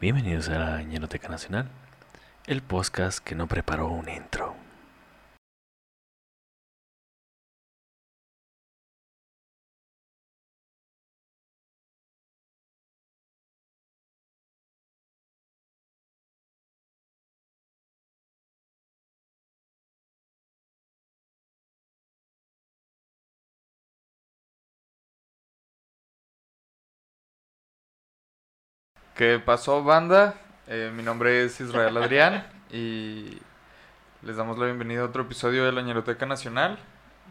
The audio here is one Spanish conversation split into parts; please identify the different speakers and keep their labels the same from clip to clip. Speaker 1: Bienvenidos a la Ñenoteca Nacional, el podcast que no preparó un intro.
Speaker 2: ¿Qué pasó, banda? Eh, mi nombre es Israel Adrián y les damos la bienvenida a otro episodio de la Ñeroteca Nacional.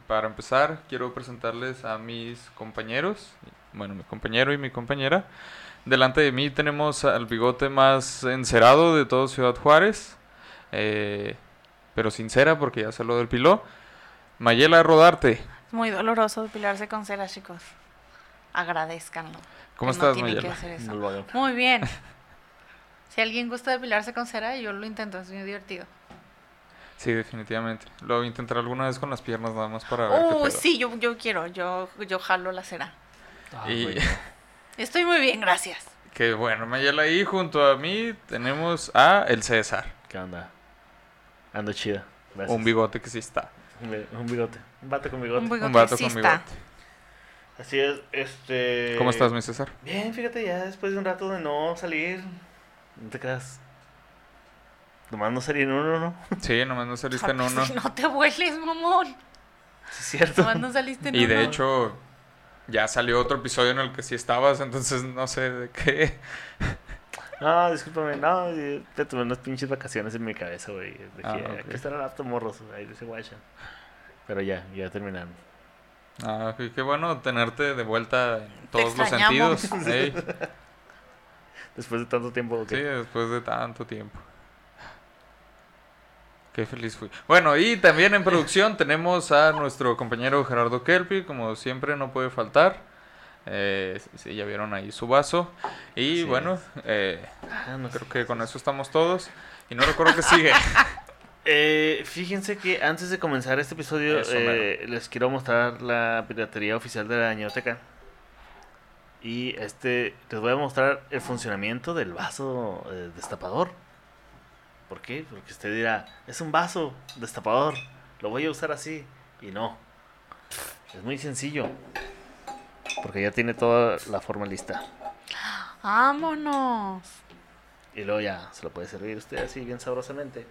Speaker 2: Para empezar, quiero presentarles a mis compañeros, bueno, mi compañero y mi compañera. Delante de mí tenemos al bigote más encerado de todo Ciudad Juárez, eh, pero sincera porque ya se lo del piló. Mayela Rodarte,
Speaker 3: Es muy doloroso depilarse con ceras, chicos. Agradezcanlo.
Speaker 2: ¿cómo estás,
Speaker 3: no tienen que
Speaker 2: Mayela?
Speaker 3: hacer eso.
Speaker 4: No lo hagan.
Speaker 3: Muy bien. Si alguien gusta depilarse con cera, yo lo intento, es muy divertido.
Speaker 2: Sí, definitivamente. Lo voy a intentar alguna vez con las piernas nada más para ver. qué
Speaker 3: Uh,
Speaker 2: pedo.
Speaker 3: sí, yo, yo quiero, yo, yo jalo la cera.
Speaker 4: Ah,
Speaker 2: Y-
Speaker 4: güey,
Speaker 3: Estoy muy bien, gracias.
Speaker 2: Que bueno, Mayela ahí junto a mí tenemos a el César.
Speaker 4: ¿Qué onda? Ando chida. Gracias.
Speaker 2: Un bigote que sí está.
Speaker 4: Un bi- un bigote. Un vato con bigote.
Speaker 3: Un
Speaker 2: Un
Speaker 3: bigote
Speaker 2: vato
Speaker 3: sí
Speaker 2: con
Speaker 3: está.
Speaker 2: bigote.
Speaker 4: Así es, este.
Speaker 2: ¿Cómo estás, mi César?
Speaker 4: Bien, fíjate, ya después de un rato de no salir. No te creas. Nomás no salir en uno, ¿no?
Speaker 2: Sí, nomás no saliste en
Speaker 3: Ah,
Speaker 2: uno.
Speaker 3: pues, No te vueles, mamón.
Speaker 4: Sí, es cierto.
Speaker 3: Nomás no saliste en
Speaker 2: Y de
Speaker 3: uno.
Speaker 2: hecho, ya salió otro episodio en el que sí estabas, entonces no sé de qué.
Speaker 4: No, discúlpame, no. eh, Te tomé unas pinches vacaciones en mi cabeza, güey. de que
Speaker 2: Ah, ok.
Speaker 4: Aquí están el apto morros, ahí se guachan. Pero ya, ya terminaron.
Speaker 2: Ah, qué qué bueno tenerte de vuelta en todos los
Speaker 3: extrañamos.
Speaker 2: sentidos. Ey,
Speaker 4: Después de tanto tiempo,
Speaker 2: sí,
Speaker 4: que
Speaker 2: después de tanto tiempo. Qué feliz fui. Bueno, y también en producción tenemos a nuestro compañero Gerardo Kelpi, como siempre no puede faltar. Eh, sí, ya vieron ahí su vaso. Y
Speaker 4: Así
Speaker 2: bueno,
Speaker 4: es.
Speaker 2: eh,
Speaker 4: Ah,
Speaker 3: Pues
Speaker 4: no sé.
Speaker 2: Creo que con eso estamos todos. Y no recuerdo que sigue.
Speaker 4: Eh, fíjense que antes de comenzar este episodio
Speaker 2: Eso,
Speaker 4: eh, les quiero mostrar la piratería oficial de la Ñeroteca. Y este les voy a mostrar el funcionamiento del vaso eh, destapador. ¿Por qué? Porque usted dirá, es un vaso destapador, lo voy a usar así. Y no. Es muy sencillo. Porque ya tiene toda la forma lista.
Speaker 3: Vámonos.
Speaker 4: Y luego ya se lo puede servir usted así bien sabrosamente.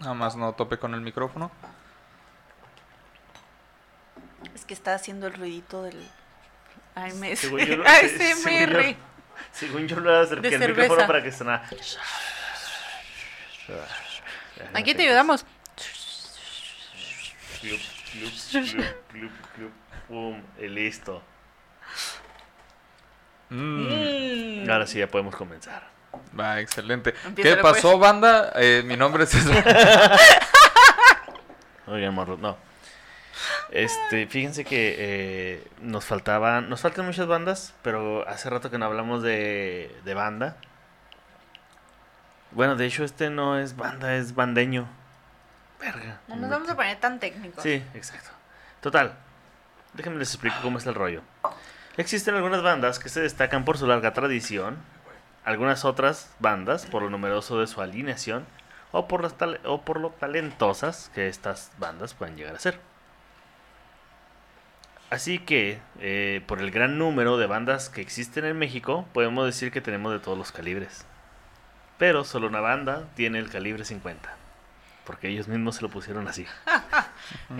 Speaker 2: Nada más no tope con el micrófono.
Speaker 3: Es que está haciendo el ruidito del... Ay, me...
Speaker 4: Según yo lo-
Speaker 3: Ay,
Speaker 4: se-
Speaker 3: sí,
Speaker 4: según
Speaker 3: me
Speaker 4: yo-
Speaker 3: ri-
Speaker 4: Según yo lo acerqué
Speaker 3: De
Speaker 4: el micrófono
Speaker 3: cerveza.
Speaker 4: para que sonara.
Speaker 3: Aquí te ayudamos.
Speaker 4: Club, club, club, club, club. Pum, y listo.
Speaker 2: Mm,
Speaker 4: Ahora sí ya podemos comenzar.
Speaker 2: va, excelente.
Speaker 3: Empiézale,
Speaker 2: ¿Qué pasó, banda? Eh, mi nombre es César.
Speaker 4: Oigan, morro, no. Este, fíjense que eh, nos faltaban, nos faltan muchas bandas, pero hace rato que no hablamos de, de banda. Bueno, de hecho este no es banda, es bandeño. Verga.
Speaker 3: No nos vamos a poner tan técnicos.
Speaker 4: Sí, exacto. Total, déjenme les explico cómo es el rollo. Existen algunas bandas que se destacan por su larga tradición, algunas otras bandas por lo numeroso de su alineación o por, las tal- o por lo talentosas que estas bandas pueden llegar a ser. Así que, eh, por el gran número de bandas que existen en México, podemos decir que tenemos de todos los calibres. Pero solo una banda tiene el calibre 50, porque ellos mismos se lo pusieron así.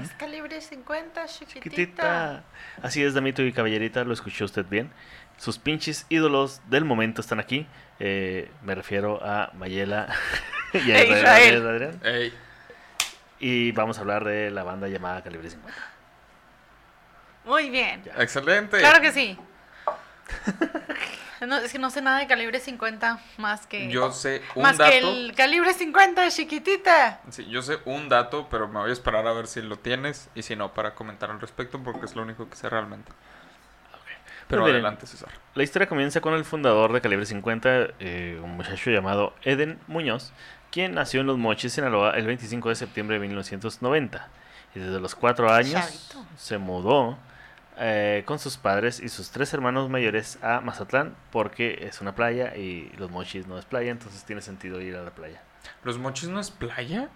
Speaker 3: Es calibre 50, chiquitita.
Speaker 4: Chiquitita. Así es, damito y caballerita, lo escuchó usted bien. Sus pinches ídolos del momento están aquí. Eh, me refiero a Mayela y a
Speaker 3: E
Speaker 4: Israel.
Speaker 3: Israel.
Speaker 4: Adrián.
Speaker 2: Ey,
Speaker 4: Y vamos a hablar de la banda llamada Calibre 50.
Speaker 3: Muy bien.
Speaker 2: excelente.
Speaker 3: Claro que sí. No, es que no sé nada de calibre 50 más que
Speaker 2: Yo sé un
Speaker 3: más
Speaker 2: dato.
Speaker 3: que el calibre 50 chiquitita.
Speaker 2: Sí, yo sé un dato, pero me voy a esperar a ver si lo tienes y si no, para comentar al respecto, porque es lo único que sé realmente.
Speaker 3: Pues
Speaker 2: Pero
Speaker 4: miren.
Speaker 2: adelante, César.
Speaker 4: La historia comienza con el fundador de Calibre 50, eh, un muchacho llamado Eden Muñoz, quien nació en Los Mochis, Sinaloa, el 25 de septiembre de 1990. Y desde los cuatro años
Speaker 3: Chavito.
Speaker 4: se mudó eh, con sus padres y sus tres hermanos mayores a Mazatlán porque es una playa y los mochis no es playa, entonces tiene sentido ir a la playa.
Speaker 2: ¿Los mochis no es playa?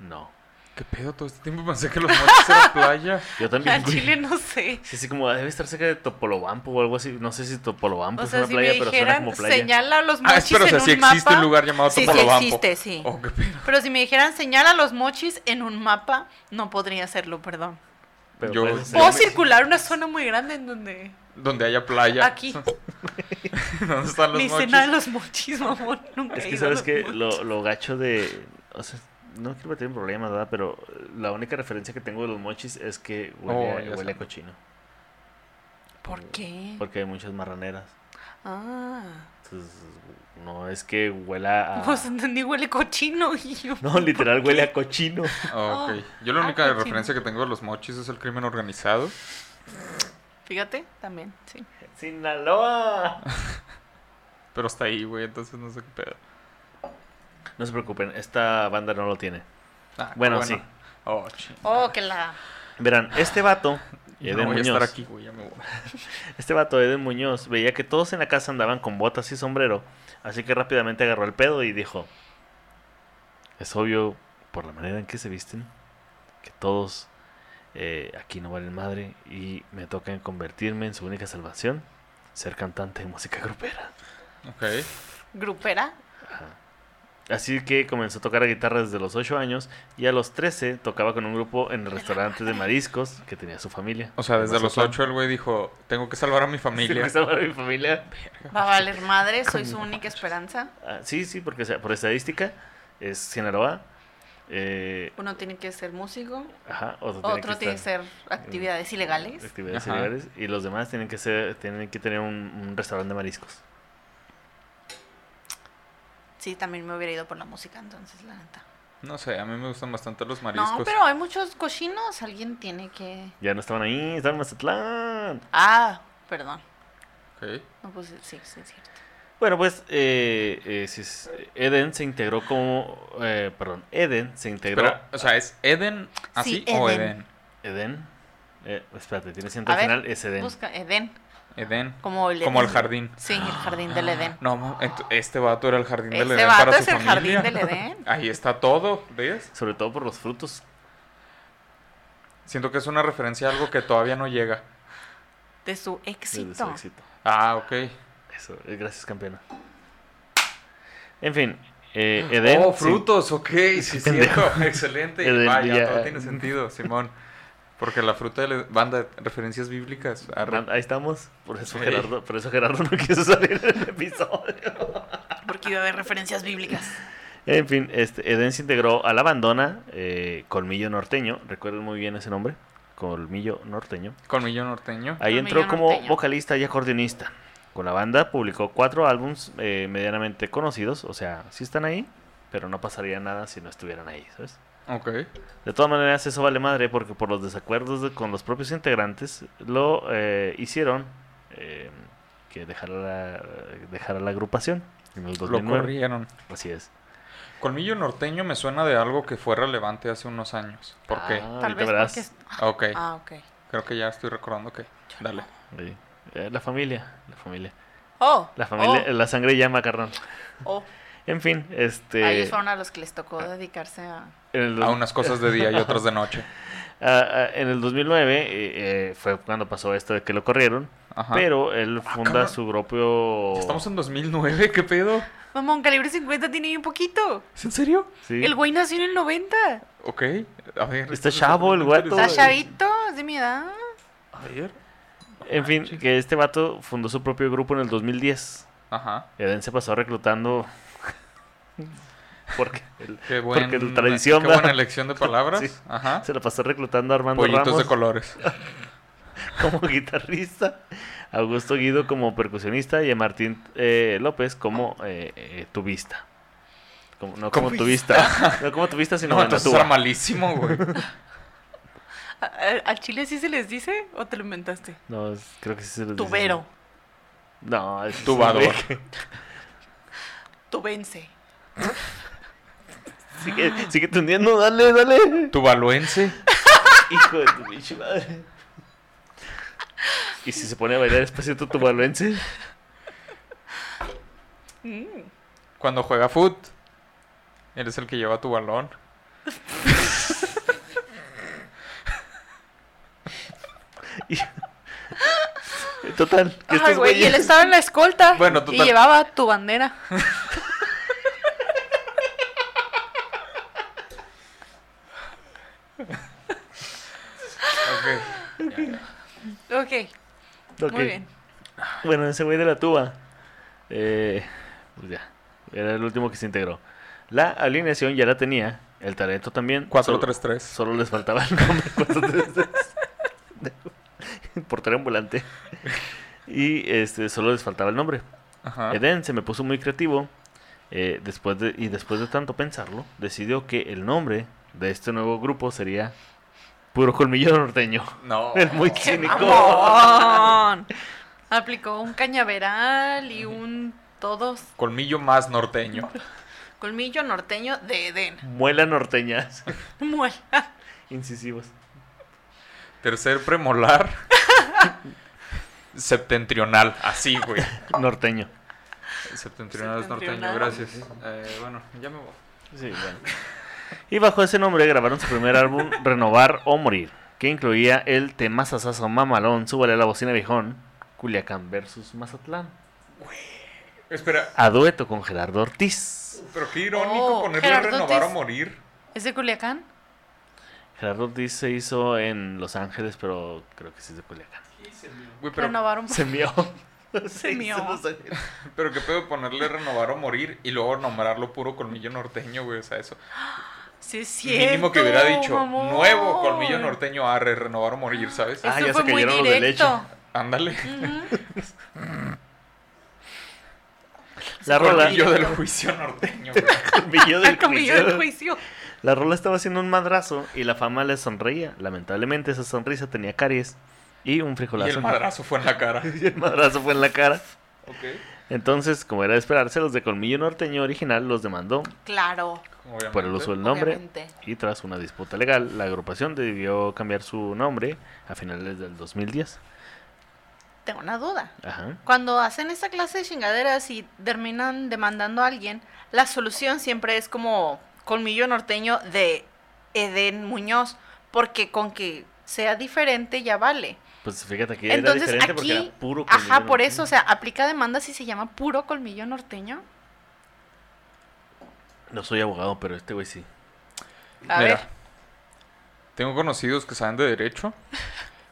Speaker 4: No.
Speaker 2: ¿Qué pedo? Todo este tiempo pensé que los mochis era playa.
Speaker 4: Yo también.
Speaker 3: Al
Speaker 4: güey.
Speaker 3: chile no sé.
Speaker 4: Sí, sí, como debe estar cerca de Topolobampo o algo así. No sé si Topolobampo
Speaker 3: O
Speaker 4: es
Speaker 3: sea,
Speaker 4: una
Speaker 3: si
Speaker 4: playa,
Speaker 3: me
Speaker 4: pero suena
Speaker 3: dijeran,
Speaker 4: como playa.
Speaker 3: señala a los
Speaker 2: Ah,
Speaker 3: mochis
Speaker 2: espera, o sea,
Speaker 3: en
Speaker 2: si
Speaker 3: un
Speaker 2: existe
Speaker 3: mapa.
Speaker 2: un lugar llamado
Speaker 3: sí, sí
Speaker 2: Topolobampo.
Speaker 3: existe, sí.
Speaker 2: Oh, qué pedo.
Speaker 3: Pero si me dijeran, señala a los mochis en un mapa, no podría hacerlo, perdón.
Speaker 4: Pero pues,
Speaker 2: Yo-
Speaker 4: puedes hacer-
Speaker 3: Puedo circular una zona muy grande en donde
Speaker 2: Donde haya playa.
Speaker 3: Aquí.
Speaker 2: ¿Dónde están los
Speaker 3: ni
Speaker 2: mochis?
Speaker 3: sé nada de "Ah, los mochis, mamón. Nunca
Speaker 4: Es
Speaker 3: he
Speaker 4: que
Speaker 3: ido a
Speaker 4: sabes
Speaker 3: los
Speaker 4: que
Speaker 3: mochis.
Speaker 4: lo, lo gacho de. O sea, no quiero meterme en problemas, ¿verdad? Pero la única referencia que tengo de los mochis es que huele, a-
Speaker 2: Oh, ya
Speaker 4: huele a
Speaker 2: sé.
Speaker 4: cochino.
Speaker 3: ¿Por qué?
Speaker 4: Porque hay muchas marraneras.
Speaker 3: Ah.
Speaker 4: Entonces, no es que huela a.
Speaker 3: Pues entendí, huele cochino. Y yo,
Speaker 4: No, literal huele a cochino.
Speaker 2: Ah, ok. Yo la
Speaker 3: Ah,
Speaker 2: única
Speaker 3: cochino.
Speaker 2: referencia que tengo de los mochis es el crimen organizado.
Speaker 3: Fíjate, también, sí.
Speaker 4: ¡Sinaloa!
Speaker 2: Pero hasta ahí, güey, entonces no sé qué pedo.
Speaker 4: No se preocupen, esta banda no lo tiene.
Speaker 2: Ah, qué
Speaker 4: Bueno, sí.
Speaker 2: Oh, ching.
Speaker 3: Oh, que la.
Speaker 4: Verán, este vato,
Speaker 2: Ya
Speaker 4: Eden
Speaker 2: no voy a
Speaker 4: Muñoz,
Speaker 2: estar aquí, güey, ya me voy.
Speaker 4: este vato Eden Muñoz veía que todos en la casa andaban con botas y sombrero, así que rápidamente agarró el pedo y dijo, es obvio por la manera en que se visten que todos eh, aquí no valen madre y me toca convertirme en su única salvación, ser cantante de música grupera.
Speaker 2: Ok.
Speaker 3: Grupera.
Speaker 4: Ajá. Así que comenzó a tocar guitarra desde los 8 años y a los 13 tocaba con un grupo en el restaurante de mariscos que tenía su familia.
Speaker 2: O sea, desde
Speaker 4: Además,
Speaker 2: los
Speaker 4: otra-
Speaker 2: 8 el güey dijo, tengo que salvar a mi familia.
Speaker 4: Sí, salvar a mi familia.
Speaker 3: Va a valer madre, soy su única esperanza.
Speaker 4: Ah, sí, sí, porque o sea, por estadística es Sinaloa. eh,
Speaker 3: Uno tiene que ser músico,
Speaker 4: ajá, otro,
Speaker 3: otro
Speaker 4: tiene
Speaker 3: tiene
Speaker 4: que
Speaker 3: que
Speaker 4: estar-
Speaker 3: ser actividades ilegales.
Speaker 4: actividades
Speaker 2: Ajá.
Speaker 4: ilegales, y los demás tienen que ser tienen que tener un, un restaurante de mariscos.
Speaker 3: Sí, también me hubiera ido por la música, entonces, la neta.
Speaker 2: No sé, a mí me gustan bastante los mariscos.
Speaker 3: No, pero hay muchos cochinos, alguien tiene que.
Speaker 4: Ya no estaban ahí, estaban en Mazatlán.
Speaker 3: Ah, perdón.
Speaker 2: Ok.
Speaker 3: No, pues sí, sí, es cierto.
Speaker 4: Bueno, pues eh, eh, sí, sí, Eden se integró como eh, perdón, Eden se integró
Speaker 2: Pero, o sea, ¿es Eden así
Speaker 3: Sí,
Speaker 2: o Eden?
Speaker 3: Eden.
Speaker 4: Eden. eh, espérate, tiene siento
Speaker 3: A
Speaker 4: al
Speaker 3: ver,
Speaker 4: final es Eden.
Speaker 3: Busca Edén,
Speaker 2: Eden.
Speaker 3: como el
Speaker 2: Como el
Speaker 3: Edén.
Speaker 2: jardín.
Speaker 3: Sí, el jardín del Edén.
Speaker 2: No, ma- ent- este vato era el jardín del
Speaker 3: Ese
Speaker 2: Edén
Speaker 3: vato
Speaker 2: para su
Speaker 3: es el
Speaker 2: familia.
Speaker 3: jardín del Edén.
Speaker 2: Ahí está todo, ¿ves?
Speaker 4: Sobre todo por los frutos.
Speaker 2: Siento que es una referencia a algo que todavía no llega.
Speaker 3: De su
Speaker 4: desde su
Speaker 3: éxito.
Speaker 4: éxito.
Speaker 2: Ah, ok.
Speaker 4: Eso, eh, gracias campeona. En fin, eh, Eden.
Speaker 2: oh,
Speaker 4: sí,
Speaker 2: frutos, ok, sí,
Speaker 4: pendejo.
Speaker 2: cierto. Excelente.
Speaker 4: Edén,
Speaker 2: Vaya,
Speaker 4: ya.
Speaker 2: todo tiene sentido, Simón. Porque la fruta de la banda, referencias bíblicas. arre.
Speaker 4: Ah, Ahí estamos. Por eso,
Speaker 2: Sí.
Speaker 4: Gerardo, por eso Gerardo no quiso salir en el episodio.
Speaker 3: Porque iba a haber referencias bíblicas.
Speaker 4: En fin, este, Eden se integró a la bandona eh, Colmillo Norteño. Recuerden muy bien ese nombre. Colmillo Norteño.
Speaker 2: Colmillo norteño.
Speaker 4: Ahí
Speaker 3: Colmillo
Speaker 4: entró como
Speaker 3: Norteño.
Speaker 4: vocalista y acordeonista. Con la banda publicó cuatro álbums eh, medianamente conocidos. O sea, sí están ahí, pero no pasaría nada si no estuvieran ahí, ¿sabes?
Speaker 2: Ok.
Speaker 4: De todas maneras, eso vale madre porque por los desacuerdos de- con los propios integrantes lo eh, hicieron eh, que dejara la, dejara la agrupación en el
Speaker 2: Lo
Speaker 4: 2009.
Speaker 2: corrieron.
Speaker 4: Así es.
Speaker 2: Colmillo norteño me suena de algo que fue relevante hace unos años. ¿Por qué?
Speaker 4: Ah,
Speaker 3: Tal
Speaker 4: ahorita
Speaker 3: vez
Speaker 4: verás. Eh.
Speaker 3: porque. es-
Speaker 2: Ok,
Speaker 3: Ah, ok.
Speaker 2: creo que ya estoy recordando que. Dale.
Speaker 4: Sí. Eh, la familia, la familia.
Speaker 3: Oh.
Speaker 4: La familia,
Speaker 3: oh,
Speaker 4: la sangre llama, carnal.
Speaker 3: oh.
Speaker 4: En fin, este...
Speaker 3: Ellos fueron a los que les tocó
Speaker 4: Ah.
Speaker 3: dedicarse a.
Speaker 4: en el
Speaker 2: A
Speaker 4: dos-
Speaker 2: unas cosas de día y otras de noche.
Speaker 4: Ah, ah, en el 2009 eh, eh, fue cuando pasó esto de que lo corrieron,
Speaker 2: Ajá.
Speaker 4: pero él
Speaker 2: Ah,
Speaker 4: funda
Speaker 2: cabrón.
Speaker 4: su propio...
Speaker 2: Ya Estamos en 2009, ¿qué pedo?
Speaker 3: Mamón, calibre 50 tiene bien poquito.
Speaker 2: ¿Es en serio?
Speaker 4: Sí.
Speaker 3: El güey nació en el 90.
Speaker 2: Ok. A ver.
Speaker 4: Está
Speaker 2: esto es
Speaker 4: chavo el
Speaker 2: interesante.
Speaker 4: guato.
Speaker 3: Está chavito, es de mi edad.
Speaker 2: A ver.
Speaker 4: En fin,
Speaker 2: Ah,
Speaker 4: que este vato fundó su propio grupo en el 2010.
Speaker 2: Ajá.
Speaker 4: Eden se pasó reclutando... porque él
Speaker 2: Qué buen,
Speaker 4: Porque la tradición,
Speaker 2: qué
Speaker 4: ¿verdad?
Speaker 2: buena elección de palabras.
Speaker 4: Sí.
Speaker 2: Ajá.
Speaker 4: se la pasó reclutando a Armando
Speaker 2: Pollitos
Speaker 4: Ramos
Speaker 2: de colores.
Speaker 4: como guitarrista, a Augusto Guido como percusionista y a Martín eh, López como eh, eh, tubista. Como- no como
Speaker 3: Tubista.
Speaker 4: tubista, no como tubista, sino en
Speaker 2: No,
Speaker 4: la
Speaker 2: entonces era
Speaker 4: tuba.
Speaker 2: malísimo, güey.
Speaker 3: ¿A- a- ¿Al chile sí se les dice o te lo inventaste?
Speaker 4: No, es- creo que sí se les Pues dice.
Speaker 3: Tubero,
Speaker 4: No, es
Speaker 2: Tubador.
Speaker 4: es un güey
Speaker 3: tubense.
Speaker 4: que- Sigue, sigue tundiendo, dale, dale.
Speaker 2: Tuvaluense.
Speaker 4: Hijo de tu pinche madre. Y si se pone a bailar Espacito Tubaluense,
Speaker 3: Mm.
Speaker 2: Cuando juega foot, eres el que lleva tu balón.
Speaker 4: total, que
Speaker 3: Ay,
Speaker 4: estos
Speaker 3: güey, y él
Speaker 4: güeyes-
Speaker 3: estaba en la escolta
Speaker 2: Bueno,
Speaker 3: y
Speaker 2: total.
Speaker 3: llevaba tu bandera.
Speaker 2: Ok.
Speaker 3: Ok,
Speaker 4: Ok.
Speaker 3: muy bien.
Speaker 4: Bueno, ese güey de la tuba. eh, pues ya. Era el último que se integró. La alineación ya la tenía. El talento también. Solo-
Speaker 2: 4-3-3.
Speaker 4: Solo les faltaba el nombre. 433. Portero ambulante. Y este, solo les faltaba el nombre.
Speaker 2: Ajá.
Speaker 4: Eden se me puso muy creativo. eh, después de, y después de tanto pensarlo, decidió que el nombre de este nuevo grupo sería Puro Colmillo Norteño.
Speaker 2: No.
Speaker 4: Es muy
Speaker 3: ¡Qué
Speaker 4: cínico.
Speaker 3: mamón! Aplicó un cañaveral y un todos
Speaker 2: Colmillo más norteño.
Speaker 3: colmillo norteño de Edén.
Speaker 4: Muela norteñas.
Speaker 3: Muela.
Speaker 4: Incisivos.
Speaker 2: Tercer premolar. septentrional. Así, güey.
Speaker 4: Norteño.
Speaker 2: Septentrional es norteño,
Speaker 3: Septentrional.
Speaker 2: gracias. Eh, bueno, ya me voy.
Speaker 4: Sí, bueno. Y bajo ese nombre grabaron su primer álbum Renovar o Morir, que incluía el tema Sasazo Mamalón, Súbale a la bocina viejón, Culiacán versus Mazatlán,
Speaker 2: Espera,
Speaker 4: a dueto con Gerardo Ortiz.
Speaker 2: pero qué
Speaker 3: irónico Oh, ponerle Gerardo renovar Ortiz. o
Speaker 2: morir.
Speaker 3: ¿Es de Culiacán?
Speaker 4: Gerardo Ortiz se hizo en Los Ángeles, pero creo que sí es de Culiacán.
Speaker 2: Güey, pero,
Speaker 3: Renovaron.
Speaker 4: Se mió.
Speaker 3: Se mió.
Speaker 4: hizo en Los Ángeles.
Speaker 2: pero qué pedo ponerle renovar o morir y luego nombrarlo puro colmillo norteño, güey. O sea, eso.
Speaker 3: Sí, es cierto.
Speaker 2: Mínimo que hubiera dicho
Speaker 3: mamón.
Speaker 2: nuevo colmillo norteño arre, renovar o morir, ¿sabes?
Speaker 4: Ah,
Speaker 3: Eso
Speaker 4: ya
Speaker 3: fue
Speaker 4: se
Speaker 3: muy
Speaker 4: cayeron los del
Speaker 3: directo.
Speaker 2: Ándale.
Speaker 3: Ujú.
Speaker 4: La rola.
Speaker 2: Colmillo del juicio norteño, güey.
Speaker 4: Colmillo del
Speaker 3: Colmillo del
Speaker 4: juicio.
Speaker 3: juicio.
Speaker 4: La rola estaba haciendo un madrazo y la fama le sonreía. Lamentablemente esa sonrisa tenía caries y un
Speaker 2: Y
Speaker 4: frijolazo.
Speaker 2: el madrazo fue en la cara.
Speaker 4: Y el madrazo fue en la cara.
Speaker 2: Ok.
Speaker 4: Entonces, como era de esperarse, los de Colmillo Norteño original los demandó
Speaker 3: Claro.
Speaker 2: Obviamente.
Speaker 4: por el uso del nombre
Speaker 3: obviamente.
Speaker 4: y tras una disputa legal, la agrupación debió cambiar su nombre a finales del 2010.
Speaker 3: Tengo una duda.
Speaker 4: Ajá.
Speaker 3: Cuando hacen esta clase de chingaderas y terminan demandando a alguien, la solución siempre es como colmillo norteño de Edén Muñoz, porque con que sea diferente ya vale.
Speaker 4: Pues fíjate que era
Speaker 3: Entonces
Speaker 4: diferente porque
Speaker 3: aquí,
Speaker 4: era puro Colmillo
Speaker 3: ajá, por
Speaker 4: Norteño.
Speaker 3: eso, o sea, aplica demanda si se llama puro colmillo norteño.
Speaker 4: No soy abogado, pero este güey sí.
Speaker 3: A
Speaker 2: Mira,
Speaker 3: ver,
Speaker 2: Tengo conocidos que saben de derecho.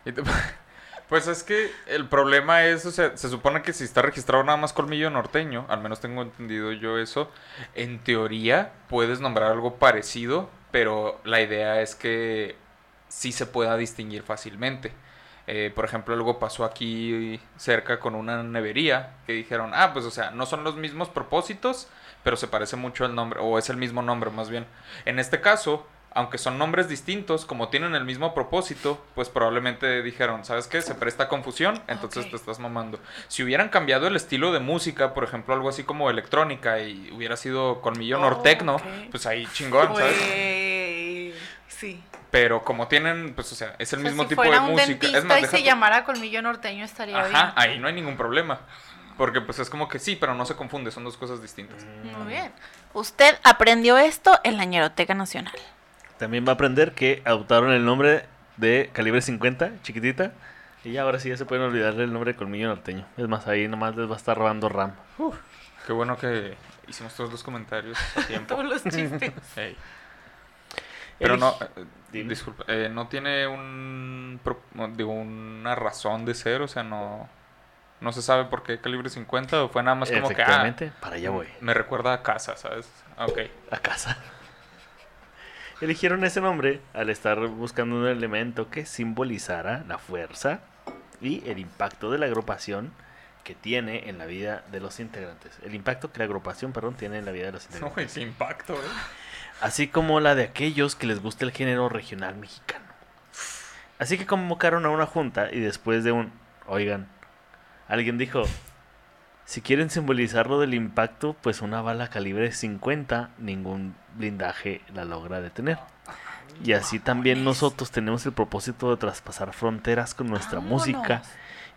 Speaker 2: Y te- Pues es que el problema es, o sea, se supone que si está registrado nada más colmillo norteño, al menos tengo entendido yo eso, en teoría puedes nombrar algo parecido, pero la idea es que sí se pueda distinguir fácilmente. Eh, por ejemplo, algo pasó aquí cerca con una nevería que dijeron, ah, pues o sea, no son los mismos propósitos, pero se parece mucho el nombre, o es el mismo nombre más bien. En este caso, aunque son nombres distintos, como tienen el mismo propósito, pues probablemente dijeron, ¿sabes qué? Se presta a confusión, entonces
Speaker 3: Ok.
Speaker 2: te estás mamando. Si hubieran cambiado el estilo de música, por ejemplo, algo así como electrónica y hubiera sido colmillo
Speaker 3: Oh,
Speaker 2: nortecno,
Speaker 3: ok.
Speaker 2: pues ahí chingón, ¿sabes?
Speaker 3: güey, pues, sí.
Speaker 2: Pero como tienen, pues o sea, es el
Speaker 3: O sea,
Speaker 2: mismo
Speaker 3: si
Speaker 2: tipo
Speaker 3: fuera
Speaker 2: de
Speaker 3: un
Speaker 2: música.
Speaker 3: dentista
Speaker 2: Es más,
Speaker 3: y
Speaker 2: deja
Speaker 3: se
Speaker 2: tú-
Speaker 3: llamara colmillo norteño estaría
Speaker 2: Ajá, ahí no hay ningún problema. Porque pues es como que sí, pero no se confunde, son dos cosas distintas.
Speaker 3: bien. Muy bien. Usted aprendió esto en la Ñeroteca Nacional.
Speaker 4: También va a aprender que adoptaron el nombre de calibre 50, chiquitita. Y ya ahora sí ya se pueden olvidarle el nombre de Colmillo Norteño. Es más, ahí nomás les va a estar robando RAM.
Speaker 2: Qué bueno que hicimos todos los comentarios a tiempo.
Speaker 3: Todos los chistes.
Speaker 2: Ey. Pero no, eh,
Speaker 4: Dime.
Speaker 2: disculpa, eh, no tiene un, pro- no, digo, una razón de ser, o sea, no, no se sabe por qué calibre 50 o fue nada más como que, ah,
Speaker 4: Efectivamente, para allá voy.
Speaker 2: me recuerda a casa, ¿sabes? Ah, Ok.
Speaker 4: a casa. Eligieron ese nombre al estar buscando un elemento que simbolizara la fuerza y el impacto de la agrupación que tiene en la vida de los integrantes. El impacto que la agrupación, perdón, tiene en la vida de los
Speaker 2: No,
Speaker 4: integrantes.
Speaker 2: güey, qué impacto, ¿eh?
Speaker 4: Así como la de aquellos que les gusta el género regional mexicano. Así que convocaron a una junta y después de un, oigan, alguien dijo, si quieren simbolizar lo del impacto, pues una bala calibre 50, ningún blindaje la logra detener. Y así también nosotros tenemos el propósito de traspasar fronteras con nuestra música
Speaker 3: Vámonos.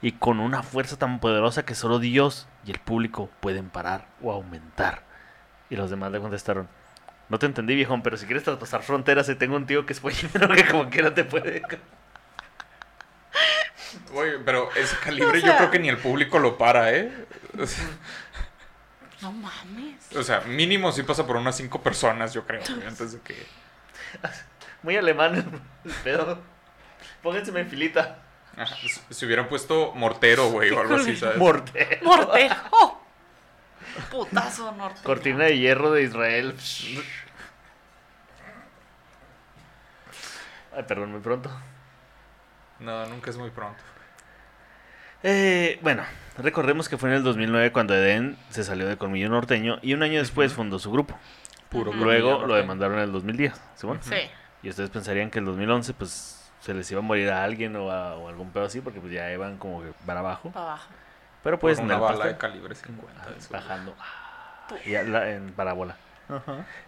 Speaker 4: y con una fuerza tan poderosa que solo Dios y el público pueden parar o aumentar. Y los demás le contestaron, no te entendí viejón, pero si quieres traspasar fronteras y tengo un tío que es pollinero que como quiera te puede...
Speaker 2: Güey, pero ese calibre
Speaker 3: O sea-
Speaker 2: yo creo que ni el público lo para, ¿eh? O sea,
Speaker 3: No mames.
Speaker 2: O sea, mínimo sí pasa por unas cinco personas, yo creo, güey, antes de que...
Speaker 4: Muy alemán, el pedo. Pónganseme en filita.
Speaker 2: Ajá, si- Si hubieran puesto mortero, güey, o algo así, ¿sabes?
Speaker 4: Morte.
Speaker 3: Mortejo. Putazo norte.
Speaker 4: Cortina de hierro de Israel. Ay, perdón, muy pronto.
Speaker 2: No, nunca es muy pronto.
Speaker 4: Eh, bueno, recordemos que fue en el 2009 cuando Eden se salió de Colmillo Norteño y un año después fundó su grupo.
Speaker 2: Puro
Speaker 3: Ujú.
Speaker 2: colmillo,
Speaker 4: Luego
Speaker 2: ¿no?
Speaker 4: lo demandaron en el 2010, ¿simón?
Speaker 3: Sí.
Speaker 4: Y ustedes pensarían que el 2011 pues se les iba a morir a alguien o, a, o algún pedo así porque pues ya iban como que para abajo.
Speaker 3: Para abajo.
Speaker 4: Pero
Speaker 2: Por
Speaker 4: pues
Speaker 2: una
Speaker 4: no,
Speaker 2: bala
Speaker 4: pastel.
Speaker 2: de calibre
Speaker 4: Ah,
Speaker 2: 50. eso.
Speaker 4: bajando Ah, y a la- en parábola.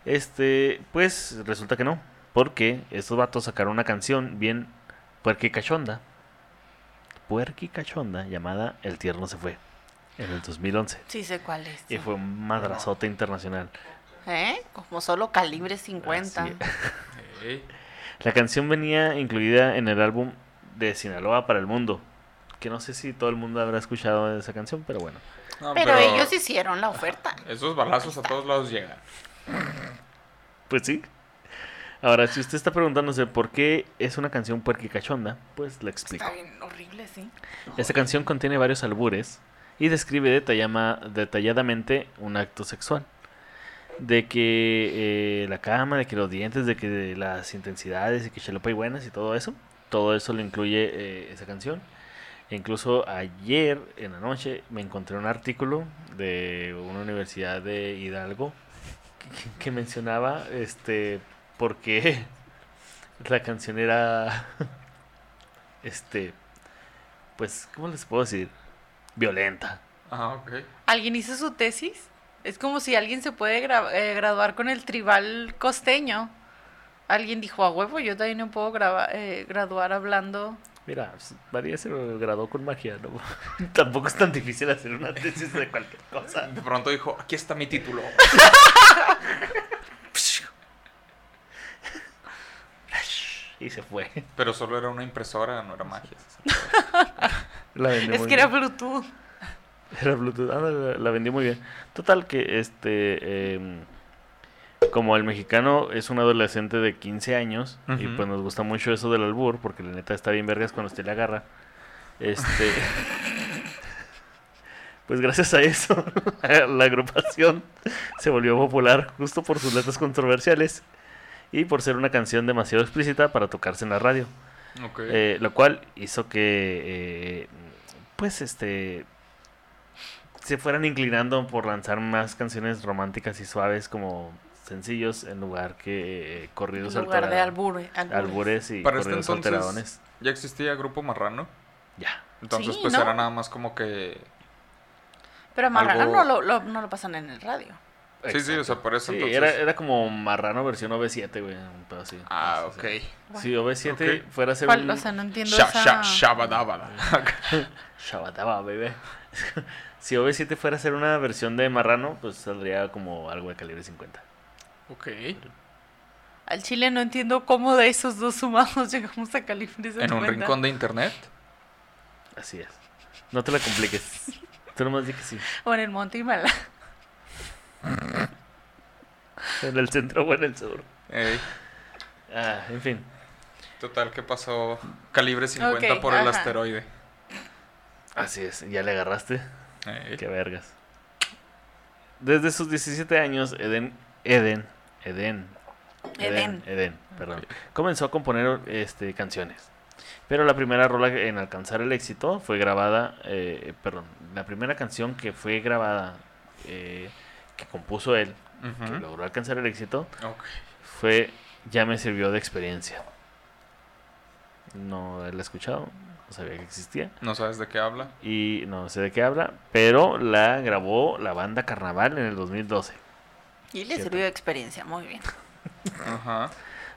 Speaker 4: Este, pues resulta que no, porque estos vatos sacaron una canción bien puerca y cachonda, puerca y cachonda, llamada El tierno se fue en el 2011
Speaker 3: Sí sé cuál es.
Speaker 4: y fue un madrazote internacional.
Speaker 3: ¿Eh? Como solo calibre 50.
Speaker 4: Así
Speaker 2: Ey,
Speaker 4: La canción venía incluida en el álbum de Sinaloa para el mundo, que no sé si todo el mundo habrá escuchado esa canción, pero bueno.
Speaker 2: no,
Speaker 3: Pero ellos hicieron la oferta.
Speaker 2: Esos balazos a todos lados llegan.
Speaker 4: Pues sí. Ahora, si usted está preguntándose por qué es una canción puerca y cachonda, pues le explico.
Speaker 3: Está bien horrible, sí.
Speaker 4: Esta canción contiene varios albures y describe detallama- detalladamente un acto sexual. De que eh, la cama, de que los dientes, de que las intensidades, y que chalupa y buenas y todo eso. Todo eso lo incluye eh, esa canción. E incluso ayer en la noche me encontré un artículo de una universidad de Hidalgo que, que mencionaba este por qué la canción era este pues, ¿cómo les puedo decir? Violenta.
Speaker 2: Ah, ok.
Speaker 3: ¿Alguien hizo su tesis? Es como si alguien se puede gra- eh, graduar con el tribal costeño. Alguien dijo, a huevo, yo también no puedo graba- eh, graduar hablando.
Speaker 4: Mira, pues, María se graduó con magia, ¿no? Tampoco es tan difícil hacer una tesis de cualquier cosa.
Speaker 2: De pronto dijo, aquí está mi título.
Speaker 4: Y se fue.
Speaker 2: Pero solo era una impresora, no era magia.
Speaker 4: La vendió
Speaker 3: Es
Speaker 4: muy
Speaker 3: que era
Speaker 4: bien.
Speaker 3: Bluetooth.
Speaker 4: Era Bluetooth. Ah, la, la vendió muy bien. Total que este... em, como el mexicano es un adolescente de 15 años y
Speaker 2: Ujú.
Speaker 4: pues nos gusta mucho eso del albur porque la neta está bien vergas cuando usted le agarra. Este... Pues gracias a eso, la, la agrupación se volvió popular justo por sus letras controversiales y por ser una canción demasiado explícita para tocarse en la radio.
Speaker 2: Ok.
Speaker 4: Eh, lo cual hizo que, eh, pues, este, se fueran inclinando por lanzar más canciones románticas y suaves como sencillos en lugar que eh, corridos
Speaker 3: en lugar de
Speaker 4: altera-
Speaker 3: albure, albures.
Speaker 4: albures y
Speaker 2: Para este
Speaker 4: corridos
Speaker 2: entonces-
Speaker 4: alteradones.
Speaker 2: Ya existía Grupo Marrano.
Speaker 4: Ya.
Speaker 2: Entonces,
Speaker 3: Sí,
Speaker 2: pues
Speaker 3: ¿no?
Speaker 2: era nada más como que.
Speaker 3: Pero Marrano
Speaker 2: algo-
Speaker 3: no, lo, lo- no lo pasan en el radio.
Speaker 2: Sí, sí, o sea, por eso
Speaker 4: Sí,
Speaker 2: entonces.
Speaker 4: era, era como marrano versión OV7, güey, un pedo así.
Speaker 2: Ah,
Speaker 4: Sí,
Speaker 2: ok.
Speaker 4: sí, sí. Si OV7
Speaker 2: Ok.
Speaker 4: fuera a ser
Speaker 3: ¿Cuál?
Speaker 4: un...
Speaker 3: O sea, no entiendo
Speaker 2: Sha,
Speaker 3: esa...
Speaker 2: sha, shabadabada.
Speaker 4: Shabataba, bebé. si OV7 fuera a ser una versión de marrano, pues saldría como algo de calibre 50.
Speaker 2: Ok.
Speaker 3: Al chile no entiendo cómo de esos dos sumados llegamos a calibre 50.
Speaker 2: En un rincón de internet.
Speaker 4: Así es. No te la compliques. Tú nomás di que sí.
Speaker 3: O en el monte Himalaya.
Speaker 4: En el centro o en el sur.
Speaker 2: Ey,
Speaker 4: Ah, en fin.
Speaker 2: Total, ¿qué pasó? Calibre 50
Speaker 3: Ok,
Speaker 2: por el
Speaker 3: ajá.
Speaker 2: asteroide.
Speaker 4: Así es. Ya le agarraste.
Speaker 2: Ey.
Speaker 4: Qué vergas. Desde sus 17 años, Eden. Eden. Eden.
Speaker 3: Eden.
Speaker 4: Eden, perdón.
Speaker 2: Ok.
Speaker 4: Comenzó a componer este, canciones. Pero la primera rola en alcanzar el éxito fue grabada. eh, perdón. La primera canción que fue grabada. eh, que compuso él. Que
Speaker 2: Ujú.
Speaker 4: logró alcanzar el éxito.
Speaker 2: Ok.
Speaker 4: fue Ya me sirvió de experiencia. No la he escuchado, no sabía que existía.
Speaker 2: No sabes de qué habla.
Speaker 4: Y no sé de qué habla, pero la grabó la banda Carnaval en el 2012.
Speaker 3: Y le
Speaker 4: Cierto.
Speaker 3: sirvió de experiencia, muy bien.
Speaker 2: Ajá.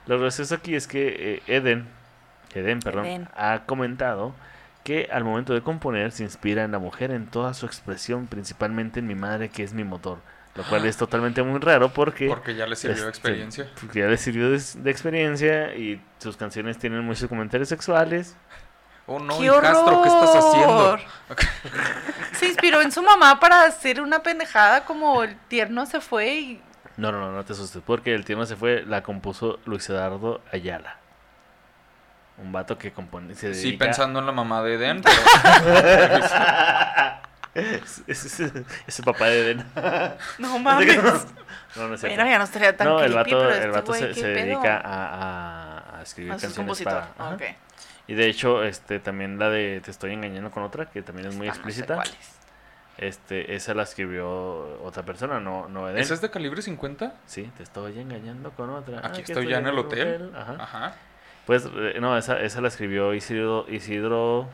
Speaker 4: Lo gracioso aquí es que eh, Eden, Eden, perdón,
Speaker 3: Eden.
Speaker 4: ha comentado que al momento de componer se inspira en la mujer en toda su expresión, principalmente en mi madre que es mi motor. Lo cual es totalmente muy raro porque,
Speaker 2: Porque ya le sirvió
Speaker 4: este,
Speaker 2: experiencia.
Speaker 4: porque ya le sirvió de, de experiencia y sus canciones tienen muchos comentarios sexuales.
Speaker 2: Oh no,
Speaker 3: ¡Qué
Speaker 2: Castro, ¿qué estás haciendo?
Speaker 3: horror! Se inspiró en su mamá para hacer una pendejada como el tierno se fue y
Speaker 4: No, no, no, no te asustes, porque el tema se fue, la compuso Luis Eduardo Ayala. Un vato que compone. Se
Speaker 2: Sí,
Speaker 4: dedica-
Speaker 2: pensando en la mamá de Eden, pero
Speaker 4: Es- es- es- es el papá de Eden.
Speaker 3: no mames.
Speaker 4: No, no es cierto.
Speaker 3: Mira, ya no estaría tan
Speaker 4: No, el
Speaker 3: creepy,
Speaker 4: vato,
Speaker 3: pero
Speaker 4: el
Speaker 3: este
Speaker 4: vato
Speaker 3: güey,
Speaker 4: se,
Speaker 3: ¿qué
Speaker 4: se
Speaker 3: pedo?
Speaker 4: dedica a, a- a escribir
Speaker 3: Ah, es
Speaker 4: canciones
Speaker 3: compositor.
Speaker 4: para- ajá.
Speaker 3: ok. Ah,
Speaker 4: Y de hecho, este también la de Te estoy engañando con otra, que también es muy
Speaker 3: Ah, no sé
Speaker 4: explícita.
Speaker 3: cuál es.
Speaker 4: este, esa la escribió otra persona, no, no Eden.
Speaker 2: ¿esa es de calibre 50?
Speaker 4: Sí, te estoy engañando con otra.
Speaker 2: Aquí
Speaker 4: Ah, que
Speaker 2: estoy ya en el hotel.
Speaker 4: Ajá.
Speaker 2: Ajá.
Speaker 4: Pues eh, no, esa, esa la escribió Isidro, Isidro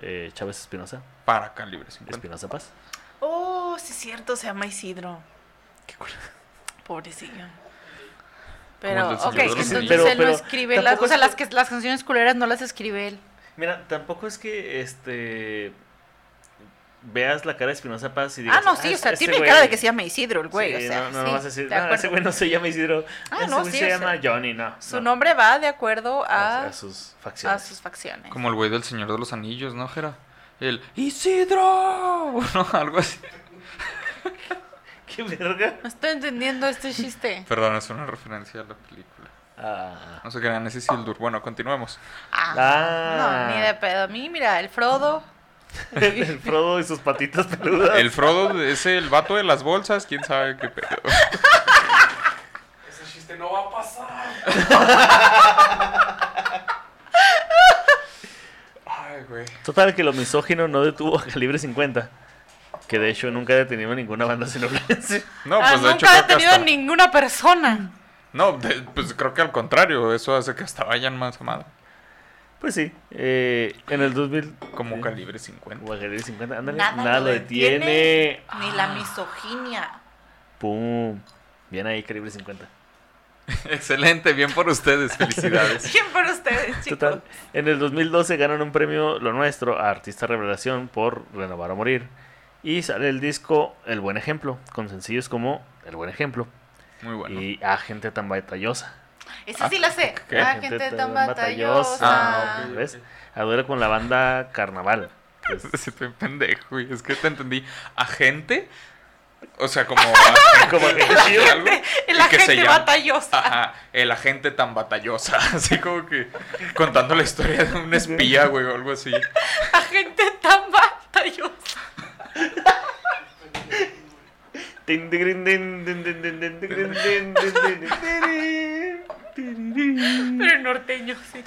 Speaker 4: eh, Chávez Espinosa,
Speaker 2: Para calibre 50.
Speaker 4: Espinosa Paz.
Speaker 3: Oh, sí es cierto, se llama Isidro. Pobrecillo. Pero,
Speaker 2: Como el del Señor
Speaker 3: ok,
Speaker 2: de los
Speaker 3: entonces
Speaker 4: Anillos.
Speaker 3: él no
Speaker 4: Pero-
Speaker 3: escribe
Speaker 4: pero
Speaker 3: las, o sea,
Speaker 4: tampoco
Speaker 3: las,
Speaker 4: es-
Speaker 3: que, las canciones culeras no las escribe él.
Speaker 4: Mira, tampoco es que este veas la cara de Espinosa Paz y digas.
Speaker 3: Ah, no, sí,
Speaker 4: "Ah,
Speaker 3: o sea,
Speaker 4: ese
Speaker 3: tiene
Speaker 4: güey".
Speaker 3: cara de que se llama Isidro el güey,
Speaker 4: Sí,
Speaker 3: o sea,
Speaker 4: no, no,
Speaker 3: sí,
Speaker 4: no vas a decir,
Speaker 3: de
Speaker 4: "No,
Speaker 3: acuerdo.
Speaker 4: ese güey no se llama Isidro.
Speaker 3: Ah,
Speaker 4: ese
Speaker 3: no,
Speaker 4: güey
Speaker 3: sí,
Speaker 4: se
Speaker 3: o sea,
Speaker 4: llama Johnny, no.
Speaker 3: Su
Speaker 4: no,
Speaker 3: nombre va de acuerdo
Speaker 4: no,
Speaker 3: a,
Speaker 4: sus
Speaker 3: a
Speaker 4: facciones.
Speaker 3: sus facciones.
Speaker 2: Como el güey del Señor de los Anillos, ¿no, Jera? El Isidro, no, algo así.
Speaker 4: ¿Qué verga?
Speaker 3: No estoy entendiendo este chiste.
Speaker 2: Perdón, es una referencia a la película.
Speaker 4: Ah.
Speaker 2: No sé qué era, ese Isildur. Bueno, continuemos.
Speaker 3: Ah,
Speaker 4: Ah.
Speaker 3: No, ni de pedo. A mí, mira, el Frodo.
Speaker 2: pues,
Speaker 4: el Frodo y sus patitas peludas.
Speaker 2: El Frodo es el vato de las bolsas, quién sabe qué pedo.
Speaker 5: Ese chiste no va a pasar.
Speaker 2: Ay, güey.
Speaker 4: Total, que lo misógino no detuvo a Calibre 50. Que de hecho nunca ha detenido ninguna banda sinoblense.
Speaker 2: No,
Speaker 3: Ah,
Speaker 2: pues de hecho
Speaker 3: nunca he
Speaker 2: creo que
Speaker 3: tenido
Speaker 2: hasta-
Speaker 3: ninguna persona.
Speaker 2: No, de- pues creo que al contrario, eso hace que hasta vayan más a madre.
Speaker 4: Pues sí, eh, en el 2000.
Speaker 2: Como
Speaker 4: eh,
Speaker 2: calibre 50.
Speaker 4: como a Calibre 50, ándale.
Speaker 3: Nada
Speaker 4: Nada,
Speaker 3: lo
Speaker 4: lo
Speaker 3: detiene,
Speaker 4: detiene.
Speaker 3: Ni la
Speaker 4: Ah,
Speaker 3: misoginia.
Speaker 4: Pum. Bien ahí, Calibre 50.
Speaker 2: Excelente, bien por ustedes, felicidades.
Speaker 3: ¿Quién para ustedes, chicos?
Speaker 4: Total, en el 2012 ganan un premio Lo Nuestro a Artista Revelación por Renovar o Morir. Y sale el disco El Buen Ejemplo, con sencillos como El Buen Ejemplo
Speaker 2: Muy bueno.
Speaker 4: y A Gente Tan Batallosa.
Speaker 3: Esa sí la sé.
Speaker 2: ¿Qué?
Speaker 3: Ah, gente tan batallosa.
Speaker 2: Ah, ok.
Speaker 4: ¿Ves? A duelo con la banda Carnaval. Pues, Es-
Speaker 2: Sí, estoy pendejo, güey. Es que te entendí. ¿Agente? O sea, como. agente
Speaker 4: Como que-
Speaker 2: de algo.
Speaker 3: La
Speaker 2: ¿Y qué se
Speaker 3: gente
Speaker 2: llama? Ah.
Speaker 3: batallosa.
Speaker 2: Ajá, el agente tan batallosa. Así como que contando la historia de un espía, güey, o algo así.
Speaker 3: La gente tan batallosa.
Speaker 4: Tin, tirin, tin, tin, tin, tin, tin, tirin, tin, tin, tin, tin, tirin, tirirín.
Speaker 3: Pero en norteño, sí.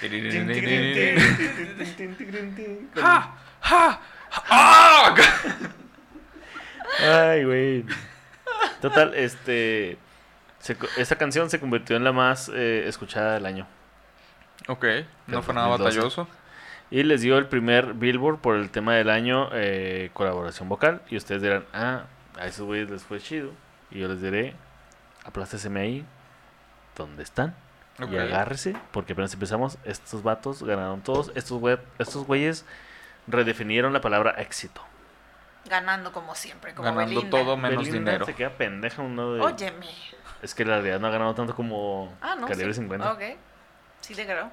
Speaker 4: Tin, tirin, tin, tin, tin, tin, tirin, tin.
Speaker 2: ¡Ja! ¡Ja! ¡Ah!
Speaker 4: Ay, güey. Total, este. se co- esta canción se convirtió en la más eh, escuchada del año.
Speaker 2: Ok, no fue
Speaker 4: Del
Speaker 2: nada
Speaker 4: 2012.
Speaker 2: batalloso.
Speaker 4: Y les dio el primer Billboard por el tema del año, eh, colaboración vocal. Y ustedes dirán, ah, a esos güeyes les fue chido. Y yo les diré, aplásteseme ahí, donde están.
Speaker 2: Ok.
Speaker 4: Y agárrese, porque apenas empezamos, estos vatos ganaron todos. Estos, güe- estos güeyes redefinieron la palabra éxito.
Speaker 3: Ganando como siempre, como
Speaker 2: Ganando
Speaker 3: Belinda.
Speaker 2: todo menos
Speaker 4: Belinda
Speaker 2: dinero.
Speaker 4: se queda pendeja un lado de...
Speaker 3: Óyeme.
Speaker 4: Es que la realidad no ha ganado tanto como
Speaker 3: Ah, no.
Speaker 4: Calibre
Speaker 3: sí.
Speaker 4: 50.
Speaker 3: Ok. Sí te creo.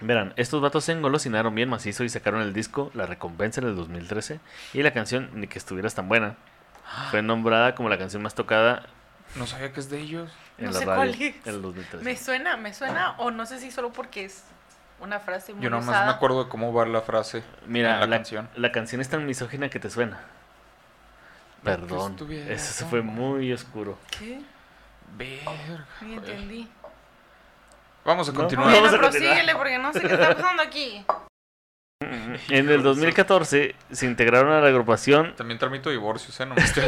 Speaker 4: Verán, estos vatos se engolosinaron bien macizo y sacaron el disco La Recompensa en el 2013. Y la canción Ni que estuvieras tan buena fue nombrada como la canción más tocada
Speaker 2: No sabía que es de ellos.
Speaker 4: en
Speaker 3: No
Speaker 4: la
Speaker 3: sé
Speaker 4: radio
Speaker 3: cuál es.
Speaker 4: en el
Speaker 3: Me
Speaker 4: 2013.
Speaker 3: suena, me suena, o no sé si solo porque es una frase muy
Speaker 2: Yo nomás
Speaker 3: usada.
Speaker 2: me acuerdo de cómo va la frase.
Speaker 4: Mira, la,
Speaker 2: en la
Speaker 4: la canción.
Speaker 2: canción.
Speaker 4: es tan misógina que te suena.
Speaker 2: Ni que
Speaker 4: Perdón,
Speaker 2: estuvieras
Speaker 4: eso se
Speaker 2: tan
Speaker 4: fue
Speaker 2: buena.
Speaker 4: muy oscuro.
Speaker 3: ¿Qué?
Speaker 2: Verga.
Speaker 3: Ni entendí.
Speaker 2: Vamos a
Speaker 4: No,
Speaker 2: continuar.
Speaker 4: vamos
Speaker 3: Bueno,
Speaker 4: a continuar.
Speaker 3: prosíguele porque no sé qué está pasando aquí.
Speaker 4: En el 2014 se integraron a la agrupación
Speaker 2: También tramito divorcios, ¿eh? No me estoy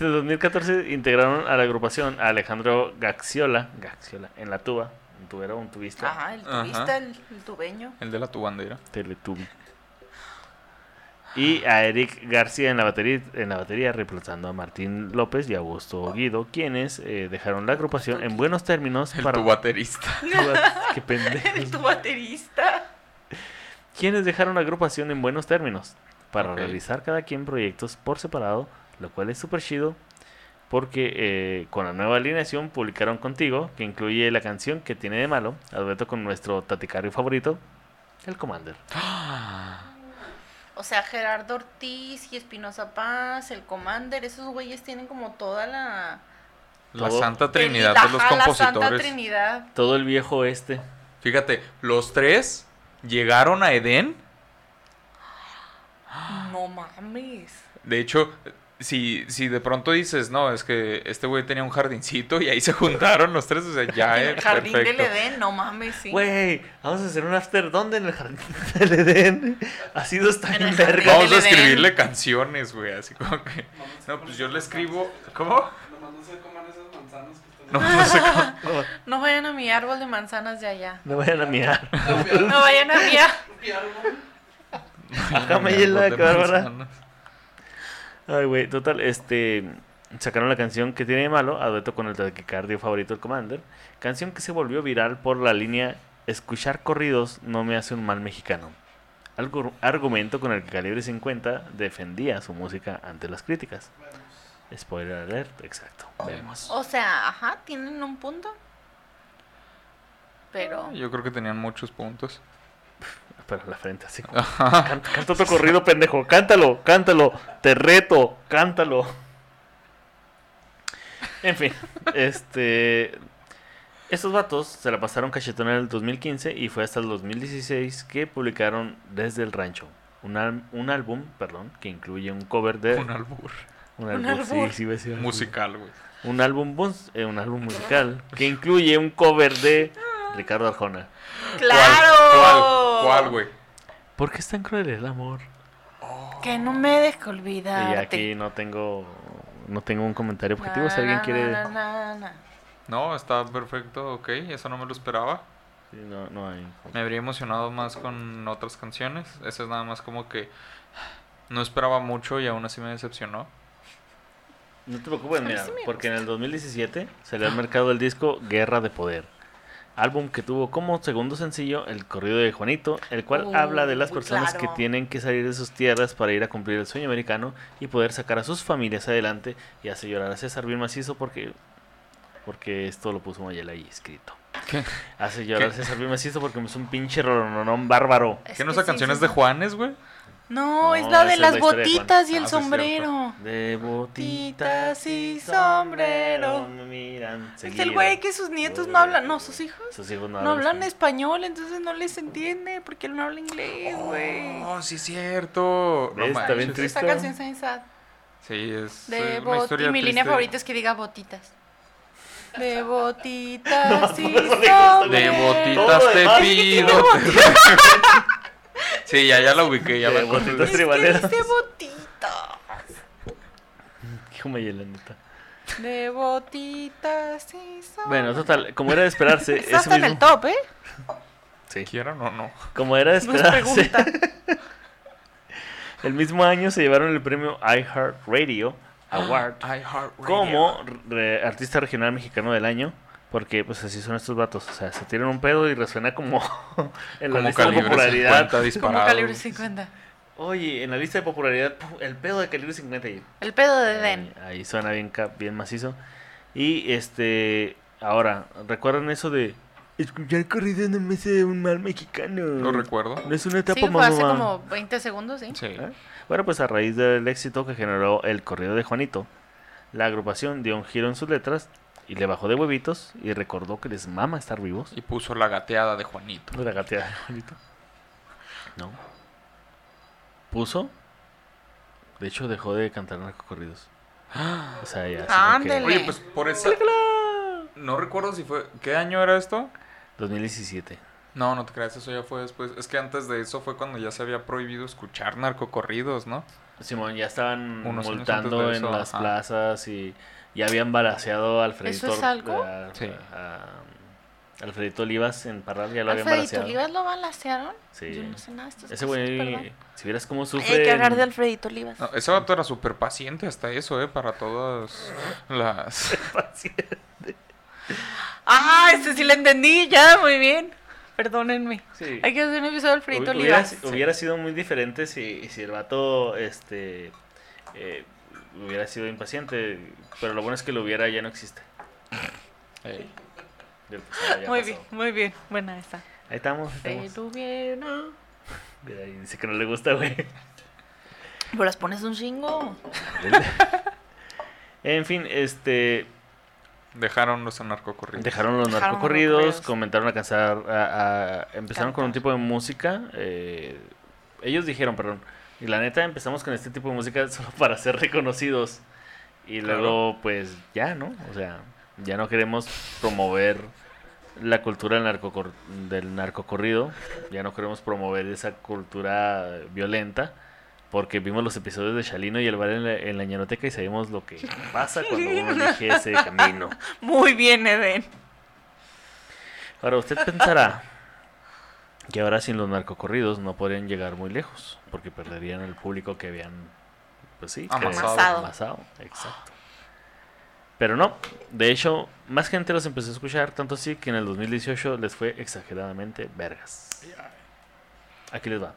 Speaker 4: En el 2014 integraron a la agrupación a Alejandro Gaxiola, Gaxiola en la tuba, un tubero, un tubista,
Speaker 3: Ajá, el
Speaker 2: Ajá.
Speaker 3: turista, el, el tubeño.
Speaker 2: El de la tu bandera.
Speaker 4: teletubi. Y a Eric García en la batería, en la batería reemplazando a Martín López y Augusto Guido, quienes eh, dejaron la agrupación en buenos términos
Speaker 2: El
Speaker 4: para...
Speaker 2: tu baterista.
Speaker 4: Qué pendejos.
Speaker 3: tu baterista.
Speaker 4: quienes dejaron la agrupación en buenos términos para
Speaker 2: Ok.
Speaker 4: realizar cada quien proyectos por separado, lo cual es súper chido porque eh, con la nueva alineación publicaron Contigo, que incluye la canción que tiene de malo, a dueto con nuestro taticario favorito, el Commander.
Speaker 3: O sea, Gerardo Ortiz y Espinosa Paz, el Commander, esos güeyes tienen como toda la...
Speaker 2: La
Speaker 4: Todo.
Speaker 2: Santa Trinidad
Speaker 3: Ajá,
Speaker 2: de los
Speaker 3: La Santa
Speaker 2: compositores.
Speaker 3: Trinidad.
Speaker 4: Todo el viejo este.
Speaker 2: Fíjate, los tres llegaron a Edén.
Speaker 3: No mames.
Speaker 2: De hecho, si, si de pronto dices, no, es que este güey tenía un jardincito y ahí se juntaron los tres, o sea, ya
Speaker 3: en el
Speaker 2: es
Speaker 3: jardín
Speaker 2: perfecto.
Speaker 3: del Edén, no mames, sí.
Speaker 4: Güey, vamos a hacer un after ¿dónde? En el jardín del Edén. Ha sido
Speaker 3: En
Speaker 4: tan
Speaker 3: el
Speaker 4: verga.
Speaker 3: jardín.
Speaker 2: Vamos a
Speaker 3: del Edén.
Speaker 2: escribirle canciones, güey, así como que... No, pues yo le escribo... ¿Cómo?
Speaker 5: Nomás no se coman esas manzanas que están...
Speaker 2: No, no sé cómo.
Speaker 3: No vayan a mi árbol de manzanas de allá.
Speaker 4: No vayan a mirar.
Speaker 3: No vayan a mi árbol.
Speaker 4: Ajá, me
Speaker 2: Mi
Speaker 4: hiela,
Speaker 2: árbol
Speaker 4: qué
Speaker 2: de
Speaker 4: bárbara.
Speaker 2: manzanas.
Speaker 4: Ay, güey, total, este. Sacaron la canción que tiene de malo, a dueto con el taquicardio favorito del Commander. Canción que se volvió viral por la línea Escuchar corridos no me hace un mal mexicano. Algo, argumento con el que Calibre 50 defendía su música ante las críticas. Spoiler alert, exacto. Vemos.
Speaker 3: O sea, ajá, tienen un punto. Pero...
Speaker 2: Yo creo que tenían muchos puntos.
Speaker 4: Para la frente, así como. "Can- canta otro corrido, pendejo. Cántalo, cántalo. Te reto, cántalo. En fin, este. Estos vatos se la pasaron cachetón en el 2015 y fue hasta el 2016 que publicaron Desde el Rancho. Un, al- un álbum, perdón, que incluye un cover de.
Speaker 2: Un albur
Speaker 4: un
Speaker 3: un
Speaker 4: álbum, sí,
Speaker 3: álbum.
Speaker 4: sí, iba a decir álbum.
Speaker 2: musical, güey.
Speaker 4: Un álbum, bus- eh, un álbum musical que incluye un cover de Ricardo Arjona.
Speaker 3: ¡Claro!
Speaker 2: ¿Cuál? ¿Cuál, güey?
Speaker 4: ¿Por qué es tan cruel el amor?
Speaker 3: Que no me dejes que
Speaker 4: Y
Speaker 3: olvidarte.
Speaker 4: aquí no tengo no tengo un comentario objetivo. Si alguien
Speaker 3: Na,
Speaker 4: quiere.
Speaker 3: na, na, na, na.
Speaker 2: No, está perfecto, ok. Eso no me lo esperaba.
Speaker 4: Sí, No, no hay.
Speaker 2: Me habría emocionado más con otras canciones. Eso es nada más como que no esperaba mucho y aún así me decepcionó.
Speaker 4: No te preocupes,
Speaker 3: mí
Speaker 4: mira,
Speaker 3: sí me Ah.
Speaker 4: porque en el 2017 salió al mercado el disco Guerra de Poder. Álbum que tuvo como segundo sencillo el corrido de Juanito, el cual
Speaker 3: Uh,
Speaker 4: habla de las personas
Speaker 3: claro.
Speaker 4: que tienen que salir de sus tierras para ir a cumplir el sueño americano y poder sacar a sus familias adelante y hace llorar a César bien macizo porque porque esto lo puso Mayela ahí escrito.
Speaker 2: ¿Qué?
Speaker 4: Hace llorar a César bien macizo porque es un pinche rolononón bárbaro.
Speaker 3: Es
Speaker 2: ¿Qué no
Speaker 3: que
Speaker 2: esa
Speaker 3: sí,
Speaker 2: canción
Speaker 3: sí,
Speaker 2: es de
Speaker 3: sí.
Speaker 2: Juanes, güey?
Speaker 3: No,
Speaker 4: No,
Speaker 3: es la
Speaker 4: esa
Speaker 3: de
Speaker 4: es
Speaker 3: las
Speaker 4: la historia de Juan.
Speaker 3: botitas y
Speaker 2: Ah, sí
Speaker 3: el
Speaker 2: es cierto.
Speaker 3: sombrero.
Speaker 4: De botitas
Speaker 3: Botitas
Speaker 4: y
Speaker 3: y
Speaker 4: sombrero
Speaker 3: sombrero.
Speaker 4: me miran
Speaker 3: Es
Speaker 4: seguido.
Speaker 3: el güey que sus nietos no hablan, no, sus hijos
Speaker 4: Sus hijos no,
Speaker 3: no hablan
Speaker 4: español.
Speaker 3: español, entonces no les entiende porque él no habla inglés, güey.
Speaker 2: Oh, sí es cierto. No
Speaker 4: Está bien
Speaker 2: manches.
Speaker 4: triste.
Speaker 3: Esa canción está bien sad.
Speaker 2: Sí, es
Speaker 3: De
Speaker 2: eh, una
Speaker 3: bot-
Speaker 2: historia
Speaker 3: y mi
Speaker 2: triste.
Speaker 3: línea favorita es que diga botitas. De botitas y
Speaker 4: eso le gusta, güey.
Speaker 2: De
Speaker 3: sombrero.
Speaker 2: botitas
Speaker 4: Todo
Speaker 2: te
Speaker 4: demás.
Speaker 2: pido. sí, ya, ya la ubiqué, ya
Speaker 4: De
Speaker 2: la
Speaker 4: botitas.
Speaker 2: encontré.
Speaker 3: Es que
Speaker 4: tribaleras.
Speaker 3: dice botita.
Speaker 4: Hijo me hiela, neta.
Speaker 3: De botitas y sombrero.
Speaker 4: Bueno, total, como era de esperarse,
Speaker 3: Está
Speaker 4: ese
Speaker 3: hasta en el
Speaker 4: mismo,
Speaker 3: top, ¿eh?
Speaker 4: sí,
Speaker 2: Quieran o no.
Speaker 4: como era de
Speaker 3: Nos
Speaker 4: esperarse,
Speaker 3: pregunta.
Speaker 4: el mismo año se llevaron el premio iHeartRadio Award
Speaker 2: I Heart Radio.
Speaker 4: como re- artista regional mexicano del año, porque pues así son estos vatos, o sea, se tiran un pedo y resuena como en la
Speaker 2: Como
Speaker 4: lista de
Speaker 2: calibre
Speaker 4: popularidad.
Speaker 2: 50
Speaker 3: Como
Speaker 2: disparado.
Speaker 3: calibre 50.
Speaker 4: Oye, en la lista de popularidad, pu- el pedo de calibre 50 y-
Speaker 3: El pedo de
Speaker 4: Ahí,
Speaker 3: Den.
Speaker 4: Eh, ahí suena bien, cap- bien macizo. Y este, ahora, ¿recuerdan eso de escuchar corrido no me hace un mal mexicano?
Speaker 2: Lo recuerdo.
Speaker 4: No es una etapa
Speaker 3: Sí, fue hace
Speaker 4: mamá.
Speaker 3: como 20 segundos, ¿sí?
Speaker 2: Sí.
Speaker 4: Bueno, pues a raíz del éxito que generó el corrido de Juanito, la agrupación dio un giro en sus letras y le bajó de huevitos y recordó que les mama estar vivos.
Speaker 2: Y puso la gateada de Juanito.
Speaker 4: La gateada de Juanito. No. Puso. De hecho, dejó de cantar narcocorridos. O sea, ya. así como que-
Speaker 3: Ándale.
Speaker 2: Oye, pues por esa. No recuerdo si fue. ¿Qué año era esto?
Speaker 4: 2017.
Speaker 2: No, no te creas, eso ya fue después. Es que antes de eso fue cuando ya se había prohibido escuchar narcocorridos, ¿no?
Speaker 4: Simón, ya estaban
Speaker 2: Unos años
Speaker 4: multando
Speaker 2: antes de
Speaker 4: en
Speaker 2: eso,
Speaker 4: las
Speaker 2: ajá.
Speaker 4: plazas y ya habían balaseado al Freddy
Speaker 3: ¿Eso es
Speaker 4: Tor-
Speaker 3: algo?
Speaker 4: a-
Speaker 2: Sí.
Speaker 4: a- Alfredito Olivas en Parral ya lo había
Speaker 3: Alfredito
Speaker 4: embaraceado.
Speaker 3: Olivas lo balacearon.
Speaker 4: Sí.
Speaker 3: Yo no sé nada de estas
Speaker 4: Ese
Speaker 3: cosas,
Speaker 4: güey,
Speaker 3: perdón.
Speaker 4: si vieras cómo sufre.
Speaker 3: Hay que
Speaker 4: en-
Speaker 3: hablar
Speaker 4: Ah.
Speaker 3: de Alfredito Olivas.
Speaker 2: No, ese vato era súper paciente hasta eso, ¿eh? Para todas las...
Speaker 3: Ah, este sí lo entendí, ya, muy bien. Perdónenme.
Speaker 4: Sí.
Speaker 3: Hay que hacer un episodio de Alfredito
Speaker 4: Hubi- hubiera,
Speaker 3: Olivas.
Speaker 4: hubiera sido muy diferente si, si el vato este, eh, hubiera sido impaciente, pero lo bueno es que lo hubiera ya no existe.
Speaker 2: Ey.
Speaker 4: Del pasado ya
Speaker 3: Muy
Speaker 4: pasó.
Speaker 3: bien, muy bien. Buena esa.
Speaker 4: Ahí estamos. ahí
Speaker 3: Se
Speaker 4: estamos.
Speaker 3: lo hubiera-
Speaker 4: Mira, y dice que no le gusta, güey.
Speaker 3: Pero las pones un chingo.
Speaker 4: En fin, este
Speaker 2: Dejaron los anarcocorridos.
Speaker 4: dejaron los
Speaker 3: Dejaron los
Speaker 4: narcocorridos,
Speaker 3: narcocorridos.
Speaker 4: comenzaron a cansar, a, a- empezaron con un
Speaker 3: Cantar.
Speaker 4: tipo de música. eh, ellos dijeron, perdón. Y la neta empezamos con este tipo de música solo para ser reconocidos. Y
Speaker 2: Claro.
Speaker 4: luego, pues ya, ¿no? O sea, ya no queremos promover la cultura del, narcocor del narcocorrido. Ya no queremos promover esa cultura violenta. Porque vimos los episodios de Chalino y el bar en la, en la ñanoteca y sabemos lo que pasa cuando uno elige ese camino.
Speaker 3: Muy bien, Eden.
Speaker 4: Ahora usted pensará que ahora sin los narcocorridos no podrían llegar muy lejos, porque perderían el público que habían, pues sí, que-
Speaker 2: Amasado.
Speaker 3: Amasado.
Speaker 4: amasado, exacto. Pero no, de hecho, más gente los empezó a escuchar, tanto así que en el 2018 les fue exageradamente vergas. Aquí les va.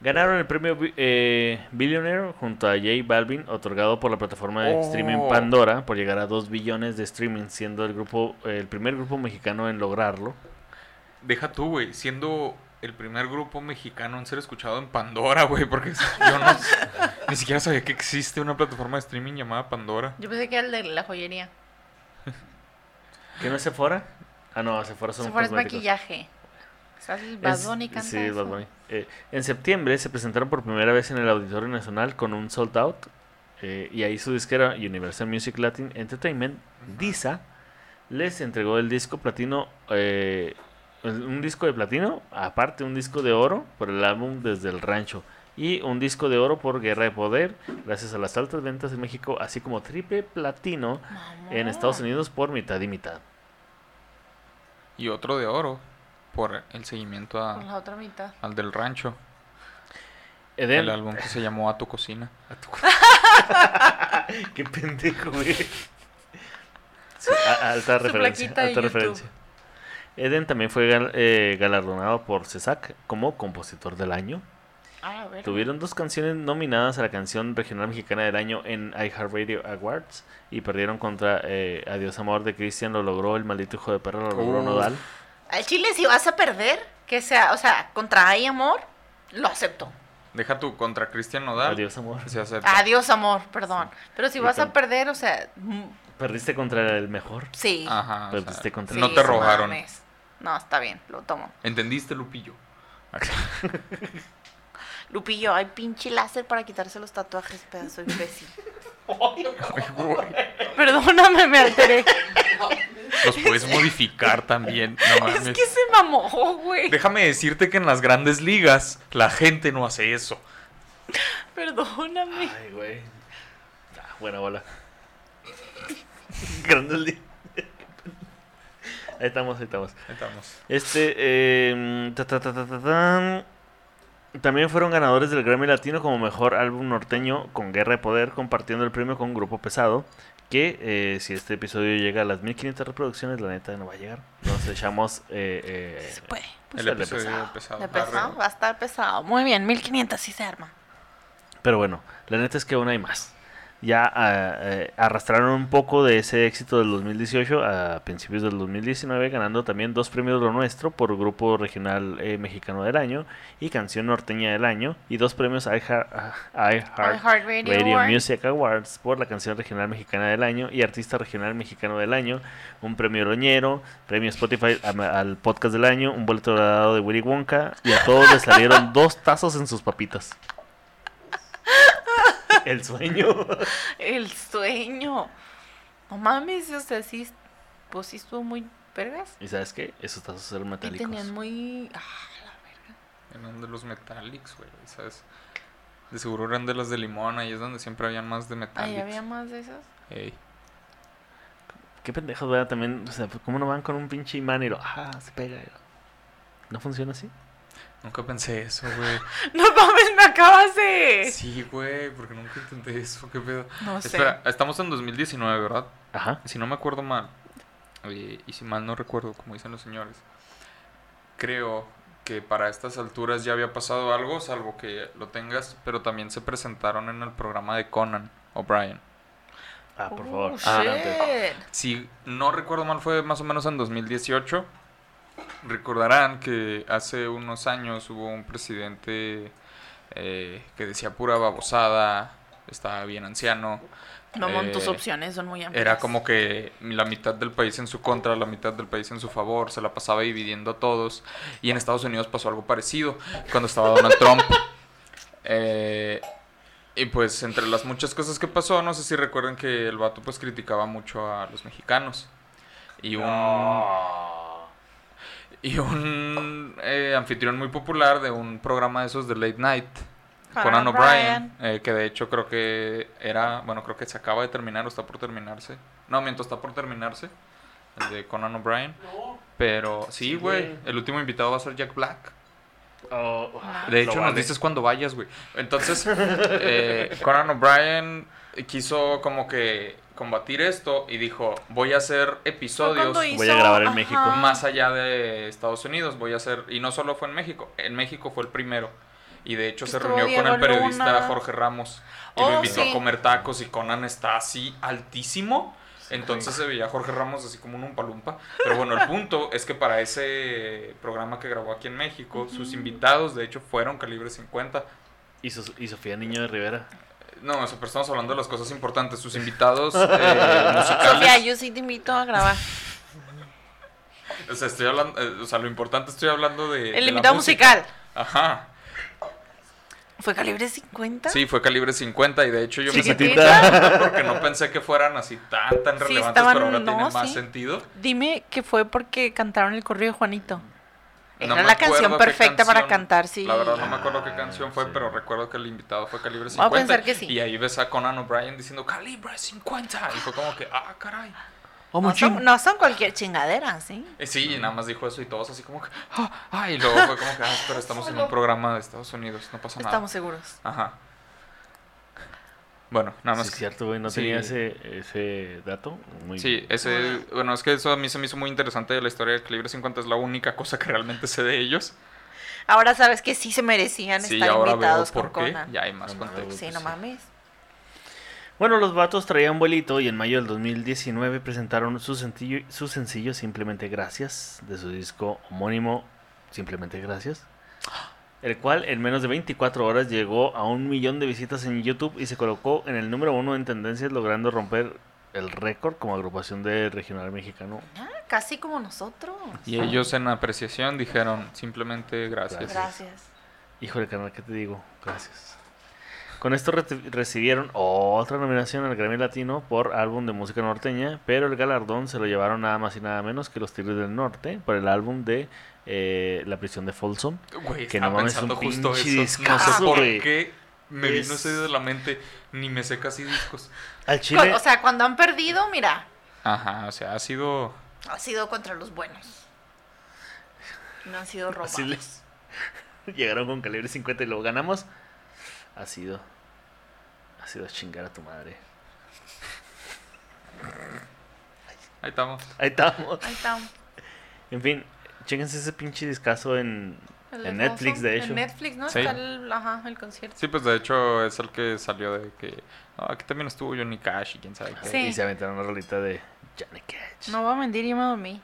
Speaker 4: Ganaron el premio Bi- eh, Billionaire junto a J Balvin, otorgado por la plataforma de
Speaker 2: Oh.
Speaker 4: streaming Pandora por llegar a 2 billones de streaming, siendo el grupo el primer grupo mexicano en lograrlo.
Speaker 2: Deja tú, güey, siendo el primer grupo mexicano en ser escuchado en Pandora, güey, porque yo no... ni siquiera sabía que existe una plataforma de streaming llamada Pandora.
Speaker 3: Yo pensé que era el de la joyería.
Speaker 4: ¿Qué no es Sephora? Ah, no, Sephora son
Speaker 3: Se fue el
Speaker 4: cosméticos.
Speaker 3: maquillaje. ¿Sabes? El Bad
Speaker 4: Es-
Speaker 3: Bunny canta
Speaker 4: sí,
Speaker 3: eso.
Speaker 4: Bad Bunny. Eh, en septiembre se presentaron por primera vez en el Auditorio Nacional con un sold out. eh, y ahí su disquera Universal Music Latin Entertainment, DISA, les entregó el disco platino, eh, el- un disco de platino, aparte un disco de oro por el álbum Desde el Rancho. Y un disco de oro por Guerra de Poder, gracias a las altas ventas en México, así como triple platino
Speaker 3: Mamón.
Speaker 4: en Estados Unidos por mitad y mitad.
Speaker 2: Y otro de oro por el seguimiento a-
Speaker 3: Con la otra mitad.
Speaker 2: al del rancho.
Speaker 4: Eden,
Speaker 2: El álbum que se llamó A tu cocina.
Speaker 4: A tu cu- Qué pendejo, güey. Sí, a- alta
Speaker 3: Su
Speaker 4: referencia.
Speaker 3: plaquita de
Speaker 4: alta
Speaker 3: YouTube.
Speaker 4: referencia. Eden también fue gal- eh, galardonado por CESAC como compositor del año.
Speaker 3: Ah, a ver.
Speaker 4: Tuvieron dos canciones nominadas a la canción regional mexicana del año en iHeartRadio Awards y perdieron contra eh, Adiós Amor de Cristian, lo logró el maldito hijo de perra, lo logró
Speaker 2: Uh.
Speaker 4: Nodal.
Speaker 3: Al chile, si vas a perder, que sea, o sea, contra Ay Amor, lo acepto.
Speaker 2: Deja tu contra Cristian Nodal.
Speaker 4: Adiós Amor.
Speaker 2: Se acepta.
Speaker 3: Adiós, amor, perdón. Pero si
Speaker 4: Y
Speaker 3: vas a
Speaker 4: con-
Speaker 3: perder, o sea, mm,
Speaker 4: Perdiste contra el mejor.
Speaker 3: sí.
Speaker 4: Ah,
Speaker 2: Ajá. o sea,
Speaker 4: Perdiste contra
Speaker 3: Sí,
Speaker 2: no te
Speaker 3: no
Speaker 2: robaron.
Speaker 3: mames. No, está bien, lo tomo.
Speaker 2: ¿Entendiste, Lupillo?
Speaker 3: Lupillo, hay pinche láser para quitarse los tatuajes, pedazo de imbécil. Perdóname, me alteré.
Speaker 2: Los puedes modificar también. No
Speaker 3: es
Speaker 2: mames.
Speaker 3: que se mamó, güey.
Speaker 2: Déjame decirte que en las grandes ligas la gente no hace eso.
Speaker 3: Perdóname.
Speaker 4: Ay, güey. Ah, buena bola. Grande el día. Ahí estamos, ahí estamos.
Speaker 2: Estamos.
Speaker 4: Este, eh, ta, ta, ta, ta, ta, tan. También fueron ganadores del Grammy Latino como mejor álbum norteño con Guerra de Poder, compartiendo el premio con Grupo Pesado. Que eh, si este episodio llega a las 1500 reproducciones, la neta no va a llegar. Nos echamos eh, eh,
Speaker 3: Se puede.
Speaker 4: pues,
Speaker 2: el
Speaker 4: el de
Speaker 2: episodio
Speaker 4: pesado.
Speaker 2: pesado.
Speaker 3: De pesado, va a estar pesado. Muy bien, 1500 sí se arma.
Speaker 4: Pero bueno, la neta es que aún hay más. Ya ah, eh, arrastraron un poco de ese éxito del 2018 a principios del 2019, ganando también dos premios Lo Nuestro por Grupo Regional eh, Mexicano del Año y Canción Norteña del Año, y dos premios ah, iHeart
Speaker 3: I Heart Radio,
Speaker 4: Radio
Speaker 3: Award.
Speaker 4: Music Awards por la Canción Regional Mexicana del Año y Artista Regional Mexicano del Año, un premio Loñero, premio Spotify am- al Podcast del Año, un boleto dorado de Willy Wonka y a todos les salieron dos tazos en sus papitas. El sueño.
Speaker 3: El sueño. No mames, o sea, sí, pues sí estuvo muy vergas.
Speaker 4: ¿Y sabes qué? Esos tazos eran
Speaker 3: Y
Speaker 4: metálicos.
Speaker 3: tenían muy. Ah, la verga.
Speaker 2: Eran de los Metallics, güey, ¿sabes? De seguro eran de las de limón, ahí es donde siempre habían más de
Speaker 3: Ahí
Speaker 2: Metallics.
Speaker 3: había más de esas.
Speaker 2: Ey.
Speaker 4: Qué pendejos, ¿verdad? También, o sea, pues, ¿cómo no van con un pinche imán y lo, ah, se pega? y lo- ¿No funciona así?
Speaker 2: Nunca pensé eso, güey.
Speaker 3: No mames, me acabas de.
Speaker 2: Sí, güey, porque nunca intenté eso, qué pedo.
Speaker 3: No sé.
Speaker 2: Espera, estamos en 2019, ¿verdad?
Speaker 4: Ajá.
Speaker 2: Si no me acuerdo mal, eh, y si mal no recuerdo, como dicen los señores, creo que para estas alturas ya había pasado algo, salvo que lo tengas, pero también se presentaron en el programa de Conan O'Brien.
Speaker 4: Ah, por favor.
Speaker 3: Oh,
Speaker 4: adelante.
Speaker 3: shit.
Speaker 2: Si no recuerdo mal, fue más o menos en 2018. Recordarán que hace unos años hubo un presidente eh, que decía pura babosada, estaba bien anciano.
Speaker 3: Mamón, tus
Speaker 2: Eh,
Speaker 3: opciones son muy amplias.
Speaker 2: Era como que la mitad del país en su contra, la mitad del país en su favor, se la pasaba dividiendo a todos. Y en Estados Unidos pasó algo parecido cuando estaba Donald Trump. Eh, y pues entre las muchas cosas que pasó, no sé si recuerden que el vato pues criticaba mucho a los mexicanos. Y un, Ah. y un eh, anfitrión muy popular de un programa de esos de Late Night. Conan O'Brien, eh, que de hecho creo que era, bueno, creo que se acaba de terminar o está por terminarse. No, mientras está por terminarse, el de Conan O'Brien.
Speaker 5: No.
Speaker 2: Pero sí,
Speaker 4: Sí,
Speaker 2: güey,
Speaker 4: güey.
Speaker 2: el último invitado va a ser Jack Black.
Speaker 4: Oh, ah,
Speaker 2: De hecho,
Speaker 4: lo
Speaker 2: nos
Speaker 4: vale.
Speaker 2: dices cuando vayas, güey. Entonces, eh, Conan O'Brien quiso como que combatir esto y dijo, voy a hacer episodios
Speaker 4: Voy a grabar en México.
Speaker 2: pues,
Speaker 3: Ah.
Speaker 2: más allá de Estados Unidos. Voy a hacer, y no solo fue en México, en México fue el primero. Y de hecho se
Speaker 3: Estuvo
Speaker 2: reunió con
Speaker 3: Diego
Speaker 2: el periodista
Speaker 3: Luna.
Speaker 2: Jorge Ramos y
Speaker 3: Oh,
Speaker 2: lo invitó
Speaker 3: sí.
Speaker 2: a comer tacos y Conan está así altísimo. Entonces se veía a Jorge Ramos así como un umpalumpa. Pero bueno, el punto es que para ese programa que grabó aquí en México, sus invitados de hecho fueron calibre 50.
Speaker 4: Y, Sos- y Sofía Niño de Rivera.
Speaker 2: No, eso, pero estamos hablando de las cosas importantes. Sus invitados eh, musicales.
Speaker 3: Sofía, yo sí te invito a grabar.
Speaker 2: O sea, estoy hablando, eh, o sea, lo importante estoy hablando de. de
Speaker 3: El
Speaker 2: la
Speaker 3: invitado
Speaker 2: música.
Speaker 3: musical.
Speaker 2: Ajá.
Speaker 3: ¿Fue calibre 50?
Speaker 2: Sí, fue calibre 50 y de hecho yo me sentí
Speaker 3: Chiquitita.
Speaker 2: mal porque no pensé que fueran así tan tan
Speaker 3: Sí,
Speaker 2: relevantes,
Speaker 3: estaban-
Speaker 2: pero ahora
Speaker 3: no,
Speaker 2: tienen más
Speaker 3: sí.
Speaker 2: sentido.
Speaker 3: Dime que fue porque cantaron el corrido de Juanito.
Speaker 2: No
Speaker 3: Era
Speaker 2: me
Speaker 3: la
Speaker 2: acuerdo
Speaker 3: canción
Speaker 2: qué
Speaker 3: perfecta para
Speaker 2: canción-
Speaker 3: cantar, sí.
Speaker 2: La verdad no me acuerdo qué
Speaker 4: Ah,
Speaker 2: canción fue,
Speaker 4: sí.
Speaker 2: pero recuerdo que el invitado fue calibre 50.
Speaker 3: Voy a pensar que sí.
Speaker 2: Y ahí ves a Conan O'Brien diciendo calibre 50 y fue como que, ah, caray.
Speaker 3: no, son, no son cualquier chingadera, ¿sí?
Speaker 2: Eh, sí, y nada más dijo eso y todos así como que, ah, ah, y luego fue como que, ah, pero estamos en un programa de Estados Unidos, no pasa nada.
Speaker 3: Estamos seguros.
Speaker 2: Ajá. Bueno, nada más
Speaker 4: Sí, es cierto, güey. No
Speaker 2: Sí.
Speaker 4: tenía ese, ese dato. Muy
Speaker 2: Sí, ese, bueno, es que eso a mí se me hizo muy interesante de la historia del Calibre 50, es la única cosa que realmente sé de ellos.
Speaker 3: Ahora sabes que sí se merecían
Speaker 2: Sí,
Speaker 3: estar
Speaker 2: ahora veo
Speaker 3: invitados
Speaker 2: por
Speaker 3: con
Speaker 2: qué,
Speaker 3: Conan.
Speaker 2: ya hay más
Speaker 4: No mames.
Speaker 2: contexto.
Speaker 3: Sí, no
Speaker 4: Sí.
Speaker 3: mames.
Speaker 4: Bueno, los vatos traían vuelito y en mayo del 2019 presentaron su sencillo, su sencillo Simplemente Gracias de su disco homónimo Simplemente Gracias, el cual en menos de 24 horas llegó a un millón de visitas en YouTube y se colocó en el número uno en tendencias logrando romper el récord como agrupación de regional mexicano.
Speaker 3: Ah, casi como nosotros.
Speaker 2: Y ellos en apreciación dijeron simplemente gracias.
Speaker 3: Gracias.
Speaker 4: Híjole, canal, ¿qué te digo? Gracias. Con esto reti- recibieron otra nominación al Grammy Latino por álbum de música norteña, pero el galardón se lo llevaron nada más y nada menos que los Tigres del Norte por el álbum de eh, La prisión de Folsom.
Speaker 2: Güey,
Speaker 4: Que
Speaker 2: estaba
Speaker 4: no mames,
Speaker 2: pensando
Speaker 4: un
Speaker 2: justo eso.
Speaker 4: pinche
Speaker 2: no sé
Speaker 4: discazo,
Speaker 2: por
Speaker 4: güey.
Speaker 2: qué me
Speaker 4: Es-
Speaker 2: vino ese de la mente, ni me sé casi discos.
Speaker 4: Al Chile,
Speaker 3: O sea, cuando han perdido, mira,
Speaker 2: Ajá, o sea, ha sido...
Speaker 3: ha sido contra los buenos. No han sido robados.
Speaker 4: así les- llegaron con calibre 50 y lo ganamos. Ha sido. Ha sido a chingar a tu madre.
Speaker 2: Ahí estamos.
Speaker 4: Ahí estamos.
Speaker 3: Ahí está.
Speaker 4: En fin, chéquense ese pinche discazo en.
Speaker 3: El
Speaker 4: En
Speaker 3: de
Speaker 4: Netflix, de
Speaker 3: Folsom.
Speaker 4: hecho.
Speaker 3: En Netflix, ¿no?
Speaker 2: Sí.
Speaker 3: Está el, ajá, el concierto.
Speaker 2: Sí, pues de hecho es el que salió de que... No, aquí también estuvo Johnny Cash y quién sabe qué.
Speaker 3: Sí.
Speaker 4: Y se aventaron una rolita de Johnny Cash.
Speaker 3: No voy a mentir, yo me dormí.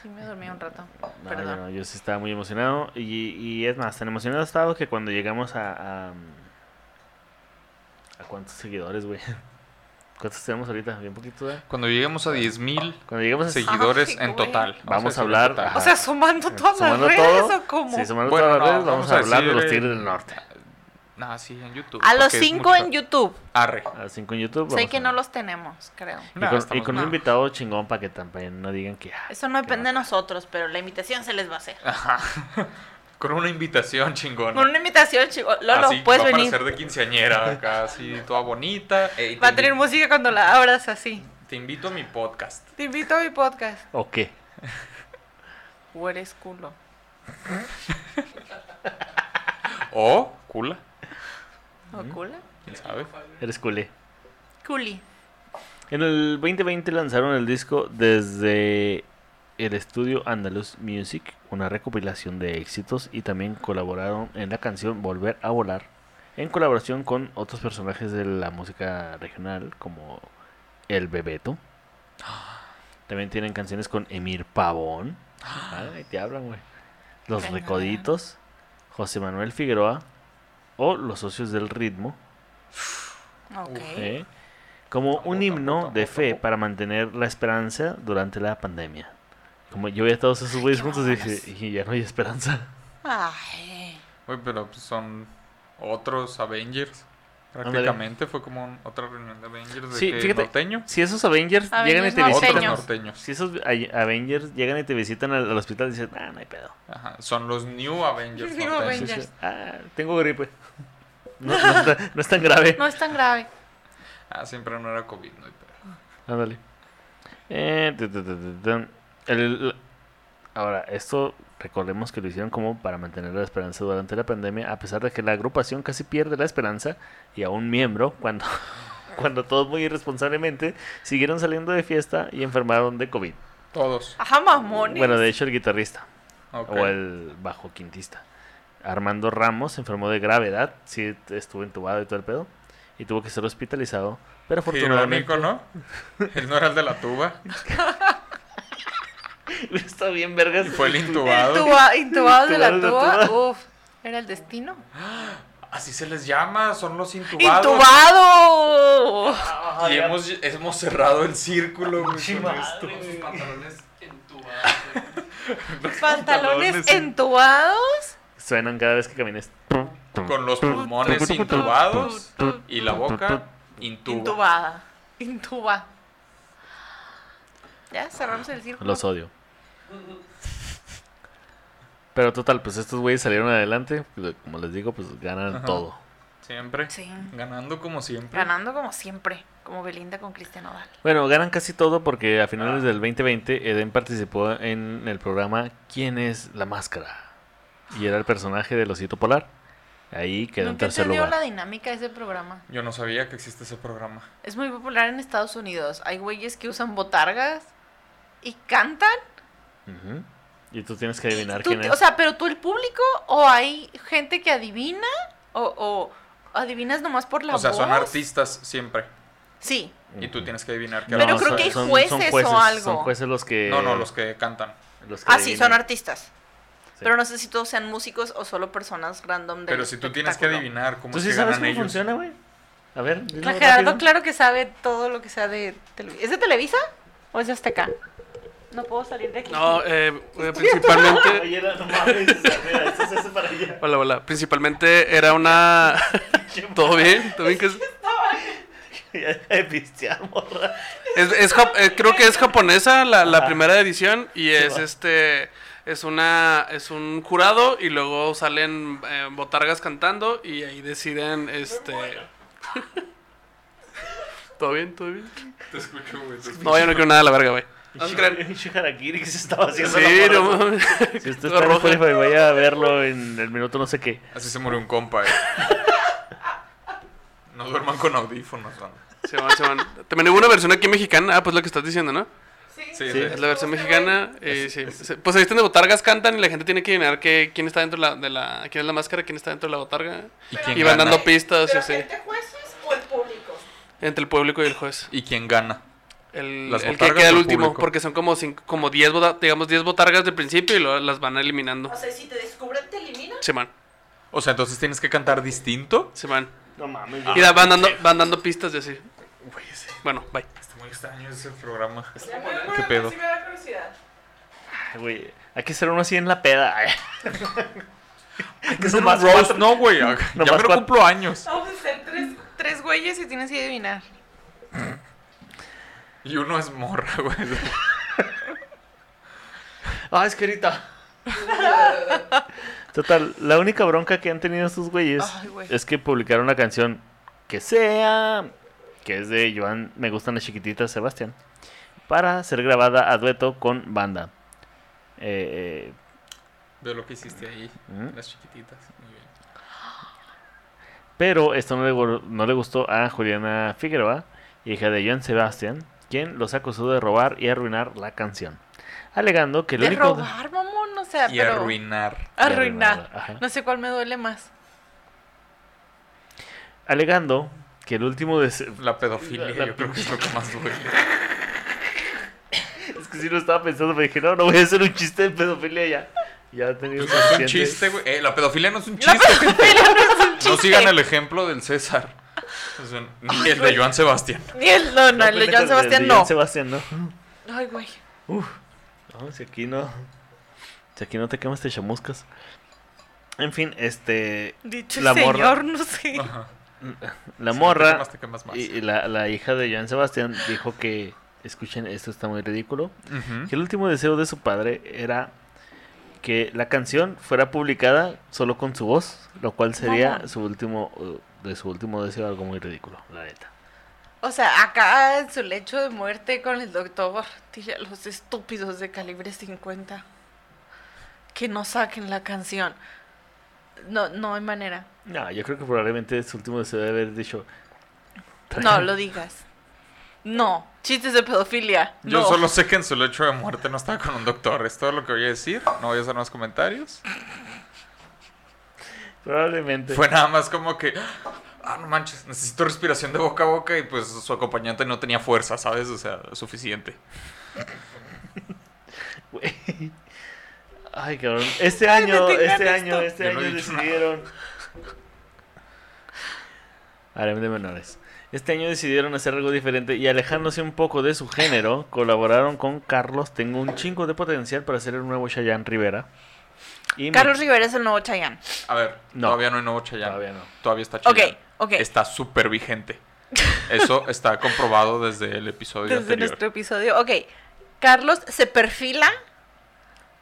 Speaker 3: Sí, me dormí un rato.
Speaker 4: No, yo
Speaker 3: Perdón.
Speaker 4: no, yo sí estaba muy emocionado. Y, y es más, tan emocionado estaba que cuando llegamos a. ¿A, ¿a cuántos seguidores, güey? ¿Cuántos tenemos ahorita? Bien poquito, ¿verdad?
Speaker 2: Cuando lleguemos a 10.000
Speaker 4: Cuando llegamos a.
Speaker 2: seguidores en
Speaker 3: güey.
Speaker 2: total.
Speaker 4: Vamos a
Speaker 2: decirlo en
Speaker 4: hablar-
Speaker 2: total.
Speaker 3: O sea, sumando todas
Speaker 4: Ah, sumando
Speaker 3: las redes
Speaker 4: todo,
Speaker 3: o cómo?
Speaker 4: Sí, sumando
Speaker 2: Bueno,
Speaker 4: todas las
Speaker 2: no,
Speaker 4: redes, vamos,
Speaker 2: vamos
Speaker 4: a
Speaker 2: a
Speaker 4: hablar de
Speaker 2: decir,
Speaker 4: los
Speaker 2: eh,
Speaker 4: Tigres del Norte.
Speaker 2: Nah, sí, en YouTube.
Speaker 3: A los
Speaker 2: porque es
Speaker 3: cinco
Speaker 2: mucho-
Speaker 3: en YouTube.
Speaker 2: Arre.
Speaker 4: A 5 en Ah, YouTube.
Speaker 3: sé
Speaker 4: vamos
Speaker 3: que
Speaker 4: a-
Speaker 3: no los tenemos, creo.
Speaker 4: Y
Speaker 2: Nah,
Speaker 4: con, y
Speaker 2: estamos
Speaker 4: con un
Speaker 3: mal.
Speaker 4: invitado chingón para que también no digan que. ah,
Speaker 3: Eso no
Speaker 4: que
Speaker 3: depende de nosotros, pero la invitación se les va a hacer.
Speaker 2: Ajá. Con una invitación
Speaker 4: Ah,
Speaker 2: chingona.
Speaker 3: Con una invitación, chico. Lolo,
Speaker 2: así
Speaker 3: puedes
Speaker 2: va a
Speaker 3: venir.
Speaker 2: parecer de quinceañera, acá así toda bonita. Ey,
Speaker 3: Va a
Speaker 2: te
Speaker 3: tener
Speaker 2: invi-
Speaker 3: música cuando la abras así.
Speaker 2: Te invito a mi podcast.
Speaker 3: Te invito a mi podcast.
Speaker 4: ¿O qué?
Speaker 3: Hueles culo.
Speaker 2: O cula,
Speaker 3: ¿O cula?
Speaker 2: quién sabe.
Speaker 4: Eres culé.
Speaker 3: Culi.
Speaker 4: En el 2020 lanzaron el disco desde el estudio Andalus Music, una recopilación de éxitos y también colaboraron en la canción Volver a Volar, en colaboración con otros personajes de la música regional como El Bebeto. También tienen canciones con Emir Pavón. Ay, te hablan, güey. Los
Speaker 3: Cañón.
Speaker 4: Recoditos, José Manuel Figueroa o Los Socios del Ritmo.
Speaker 3: Ok.
Speaker 4: ¿eh? como un himno de fe para mantener la esperanza durante la pandemia. Como yo veía a todos esos güeyes
Speaker 3: qué
Speaker 4: juntos y
Speaker 3: mamonas.
Speaker 4: dije, "Y ya no hay esperanza.
Speaker 3: Ay.
Speaker 2: Güey, pero pues, son otros Avengers. Prácticamente fue como un- otra reunión de Avengers de
Speaker 4: Sí,
Speaker 2: que
Speaker 4: fíjate,
Speaker 2: norteño.
Speaker 4: Si esos Avengers, llegan y
Speaker 3: Avengers
Speaker 4: te
Speaker 2: Otros
Speaker 4: visitan,
Speaker 3: norteños.
Speaker 2: norteños.
Speaker 4: si esos a- Avengers llegan y te visitan al, al hospital, dices, ah, no hay pedo.
Speaker 2: Ajá, Son los New Avengers.
Speaker 3: New
Speaker 2: norteños.
Speaker 3: Avengers.
Speaker 4: Dices, ah, tengo gripe. No, no está- no es tan grave.
Speaker 3: No es tan grave.
Speaker 2: Ah, siempre no era COVID, no hay pedo.
Speaker 4: Ándale. Eh, tu, tu, tu, tu, tu. El- ahora, esto recordemos que lo hicieron como para mantener la esperanza durante la pandemia, a pesar de que la agrupación casi pierde la esperanza y a un miembro cuando, cuando todos muy irresponsablemente siguieron saliendo de fiesta y enfermaron de COVID.
Speaker 2: Todos.
Speaker 3: Ajá, mamones.
Speaker 4: Bueno, de hecho el guitarrista
Speaker 2: Ok.
Speaker 4: o el bajo quintista. Armando Ramos se enfermó de gravedad, sí estuvo entubado y todo el pedo, y tuvo que ser hospitalizado, pero
Speaker 2: Qué
Speaker 4: afortunadamente...
Speaker 2: Irónico, ¿no? Él no era el de la tuba.
Speaker 4: Está bien, vergas.
Speaker 2: Y fue el
Speaker 3: El
Speaker 2: intubado.
Speaker 3: tuba, intubado de la
Speaker 4: Intubado de la
Speaker 3: tuba. Uf. Era el destino.
Speaker 2: Así se les llama, son los intubados.
Speaker 3: ¡Intubado!
Speaker 4: Ah,
Speaker 2: Y hemos, hemos cerrado el círculo, güey, con esto.
Speaker 5: Con sus pantalones entubados. güey.
Speaker 3: Pantalones
Speaker 2: Pantalones en-
Speaker 3: entubados.
Speaker 4: Suenan cada vez que camines.
Speaker 2: Con los pulmones intubados y la boca intuba.
Speaker 3: Intubada. Intuba. Ya cerramos el círculo.
Speaker 4: Los odio. Pero total, pues estos güeyes salieron adelante. Como les digo, pues ganan
Speaker 2: Ajá.
Speaker 4: todo.
Speaker 2: Siempre.
Speaker 3: Sí.
Speaker 2: Ganando como siempre.
Speaker 3: Ganando como siempre. Como Belinda con Cristian Odal.
Speaker 4: Bueno, ganan casi todo porque a finales del 2020 Eden participó en el programa ¿Quién es la máscara? Y era el personaje del osito polar. Ahí quedó en
Speaker 3: Nunca
Speaker 4: tercer
Speaker 3: entendió
Speaker 4: lugar.
Speaker 3: la dinámica de ese programa.
Speaker 2: Yo no sabía que existe ese programa.
Speaker 3: Es muy popular en Estados Unidos. Hay güeyes que usan botargas y cantan.
Speaker 4: Ujú. Y tú tienes que adivinar
Speaker 3: Tú-
Speaker 4: quién es.
Speaker 3: O sea, pero tú el público o hay gente que adivina o, o adivinas nomás por la
Speaker 2: O sea,
Speaker 3: voz.
Speaker 2: son artistas siempre.
Speaker 3: Sí.
Speaker 2: Y tú
Speaker 4: Ujú.
Speaker 2: tienes que adivinar qué
Speaker 3: Pero
Speaker 2: artista
Speaker 3: creo que hay
Speaker 2: es.
Speaker 3: ju- jueces o algo.
Speaker 4: Son jueces los que.
Speaker 2: No, no, los que cantan.
Speaker 4: los que
Speaker 3: Ah, sí, son
Speaker 4: adivinan.
Speaker 3: artistas.
Speaker 4: Sí.
Speaker 3: Pero no sé si todos sean músicos o solo personas random del
Speaker 2: Pero si tú tienes que
Speaker 3: espectáculo.
Speaker 2: adivinar cómo
Speaker 4: ¿Tú
Speaker 2: es
Speaker 4: sí
Speaker 2: que
Speaker 4: sabes
Speaker 2: ganan
Speaker 4: cómo
Speaker 2: ellos.
Speaker 4: funciona, güey? A ver, dilo
Speaker 3: Ah, Gerardo,
Speaker 4: rápido.
Speaker 3: claro que sabe todo lo que sea de Televisa. ¿Es de Televisa o es de Azteca? No puedo salir de aquí.
Speaker 5: No, eh, eh, principalmente.
Speaker 4: Oye, no, no mames, mira, esto se hace para allá.
Speaker 5: Hola, hola. Principalmente era una. ¿Todo bien? ¿Todo bien? Que es,
Speaker 4: Ya deja de pistear, morra.
Speaker 5: es- es jap- eh, creo que es japonesa la, la
Speaker 4: Ajá.
Speaker 5: primera edición y es
Speaker 4: va.
Speaker 5: este. Es una es un jurado y luego salen eh, botargas cantando y ahí deciden este ¿Todo bien? ¿Todo bien?
Speaker 2: Te escucho, güey. te escucho.
Speaker 5: No, yo no quiero nada de la verga, güey. No se crean.
Speaker 4: Pinche harakiri que se estaba haciendo
Speaker 5: Sí,
Speaker 4: la
Speaker 5: no
Speaker 4: morra.
Speaker 5: mames.
Speaker 4: Si usted está
Speaker 5: Todo
Speaker 4: en
Speaker 5: rojo.
Speaker 4: Spotify, vaya a verlo en el minuto no sé qué.
Speaker 2: Así se murió un compa, eh. No duerman con audífonos, banda.
Speaker 5: Se van, se van. También hubo una versión aquí mexicana. Ah, pues lo que estás diciendo, ¿no?
Speaker 2: Sí,
Speaker 4: Sí.
Speaker 2: sí.
Speaker 5: Es la versión mexicana. eh, sí. Se- Pues se visten de botargas, cantan y la gente tiene que adivinar que, quién está dentro de la, de la- quién es la máscara, quién está dentro de la botarga.
Speaker 2: ¿Y
Speaker 5: Y
Speaker 2: quién
Speaker 5: van
Speaker 2: gana?
Speaker 5: dando pistas y así.
Speaker 3: jueces o el público?
Speaker 5: Entre el público y el juez.
Speaker 2: ¿Y quién gana?
Speaker 5: El,
Speaker 2: Las
Speaker 5: el que
Speaker 2: botargas
Speaker 5: queda el
Speaker 2: o
Speaker 5: último,
Speaker 2: público.
Speaker 5: porque son como cinco, como 10 bota- digamos 10 botargas del principio y luego las van eliminando.
Speaker 3: sea, si te descubren, te eliminan.
Speaker 5: Se van,
Speaker 2: O sea, entonces tienes que cantar distinto.
Speaker 5: se van.
Speaker 4: No mames.
Speaker 5: Y da- van dando, van dando pistas y así. Bueno, bye.
Speaker 2: Está muy extraño ese programa.
Speaker 3: ¿Qué
Speaker 2: pedo?
Speaker 3: me da curiosidad.
Speaker 4: Güey, hay que ser uno así en la peda. Hay que
Speaker 2: No,
Speaker 4: ser
Speaker 2: no,
Speaker 4: más
Speaker 2: Rose,
Speaker 4: cuatro.
Speaker 2: no, güey. Ya ya
Speaker 4: más
Speaker 2: me
Speaker 4: cuatro.
Speaker 2: cumplo años.
Speaker 3: Vamos a hacer tres, tres güeyes y tienes que adivinar.
Speaker 2: Y uno es morra, güey.
Speaker 4: Ah, es que ahorita. Total, la única bronca que han tenido estos güeyes
Speaker 3: Ay, güey.
Speaker 4: es que publicaron la canción que sea que es de Joan Me Gustan las Chiquititas Sebastián, para ser grabada a dueto con banda. Eh,
Speaker 2: Veo lo que hiciste ahí,
Speaker 4: ¿Mm?
Speaker 2: las chiquititas. Muy bien.
Speaker 4: Pero esto no le, gu- no le gustó a Juliana Figueroa, hija de Joan Sebastián, quien los acusó de robar y arruinar la canción. Alegando que el
Speaker 3: De
Speaker 4: único...
Speaker 3: robar, mamón, o sea,
Speaker 2: Y
Speaker 3: Ah, pero...
Speaker 2: arruinar.
Speaker 4: de
Speaker 3: Arruinar.
Speaker 4: ajá.
Speaker 3: No sé cuál me duele más.
Speaker 4: Alegando que el último deseo...
Speaker 2: La pedofilia,
Speaker 4: La- la
Speaker 2: yo creo que es lo que más duele.
Speaker 4: Es que si lo estaba pensando, me dije, no, no voy a hacer un chiste de pedofilia ya. Ya he tenido
Speaker 2: Es un
Speaker 4: suficiente.
Speaker 2: chiste, güey. Eh, la pedofilia no es un
Speaker 3: La
Speaker 2: chiste.
Speaker 3: pedofilia no es un
Speaker 2: No
Speaker 3: chiste.
Speaker 2: sigan el ejemplo del César. O sea, ni el de Joan Sebastián.
Speaker 3: Ni el- no, no, el de
Speaker 4: pendejo,
Speaker 3: Joan Sebastián
Speaker 4: de
Speaker 3: no.
Speaker 4: Joan Sebastián no.
Speaker 3: Ay, güey.
Speaker 4: No, si aquí no. Si aquí no te quemas, te chamuscas. En fin, este.
Speaker 3: Dicho
Speaker 4: La
Speaker 3: señor,
Speaker 4: morra.
Speaker 3: no sé.
Speaker 2: Ajá.
Speaker 4: La
Speaker 2: Si no te
Speaker 4: morra
Speaker 2: quemas, te quemas más.
Speaker 4: y y la, la hija de Joan Sebastián dijo que. Escuchen, esto está muy ridículo.
Speaker 2: Ujú.
Speaker 4: Que el último deseo de su padre era que la canción fuera publicada solo con su voz, lo cual sería
Speaker 3: Mamón.
Speaker 4: su último eh, de su último deseo algo muy ridículo, la neta.
Speaker 3: O sea, acá en su lecho de muerte con el doctor, dile a los estúpidos de calibre 50 que no saquen la canción. No, no hay manera.
Speaker 4: No, yo creo que probablemente su último deseo de haber dicho.
Speaker 3: No
Speaker 4: "Traigan
Speaker 3: lo digas. No, chistes de pedofilia.
Speaker 2: Yo
Speaker 3: no.
Speaker 2: solo sé que en su lecho de muerte no estaba con un doctor. Es todo lo que voy a decir. No voy a hacer más comentarios.
Speaker 4: Probablemente.
Speaker 2: Fue nada más como que. Ah, no manches, necesito respiración de boca a boca. Y pues su acompañante no tenía fuerza, ¿sabes? O sea, suficiente.
Speaker 4: Güey. Ay, cabrón. Este año,
Speaker 3: detengan
Speaker 4: este
Speaker 3: esto.
Speaker 4: año, este
Speaker 2: Yo no he
Speaker 4: año
Speaker 2: dicho nada.
Speaker 4: decidieron. Harem de menores. Este año decidieron hacer algo diferente y alejándose un poco de su género, colaboraron con Carlos Tengo un chingo de potencial para ser el nuevo Chayanne Rivera. Y me-
Speaker 3: Carlos Rivera es el nuevo Chayanne.
Speaker 2: A ver,
Speaker 4: No.
Speaker 2: todavía no hay nuevo Chayanne.
Speaker 4: Todavía no.
Speaker 2: Todavía está
Speaker 3: Ok,
Speaker 2: Chayanne.
Speaker 3: ok.
Speaker 2: Está súper vigente. Eso está comprobado desde el episodio
Speaker 3: Desde
Speaker 2: anterior.
Speaker 3: nuestro episodio. Ok, Carlos se perfila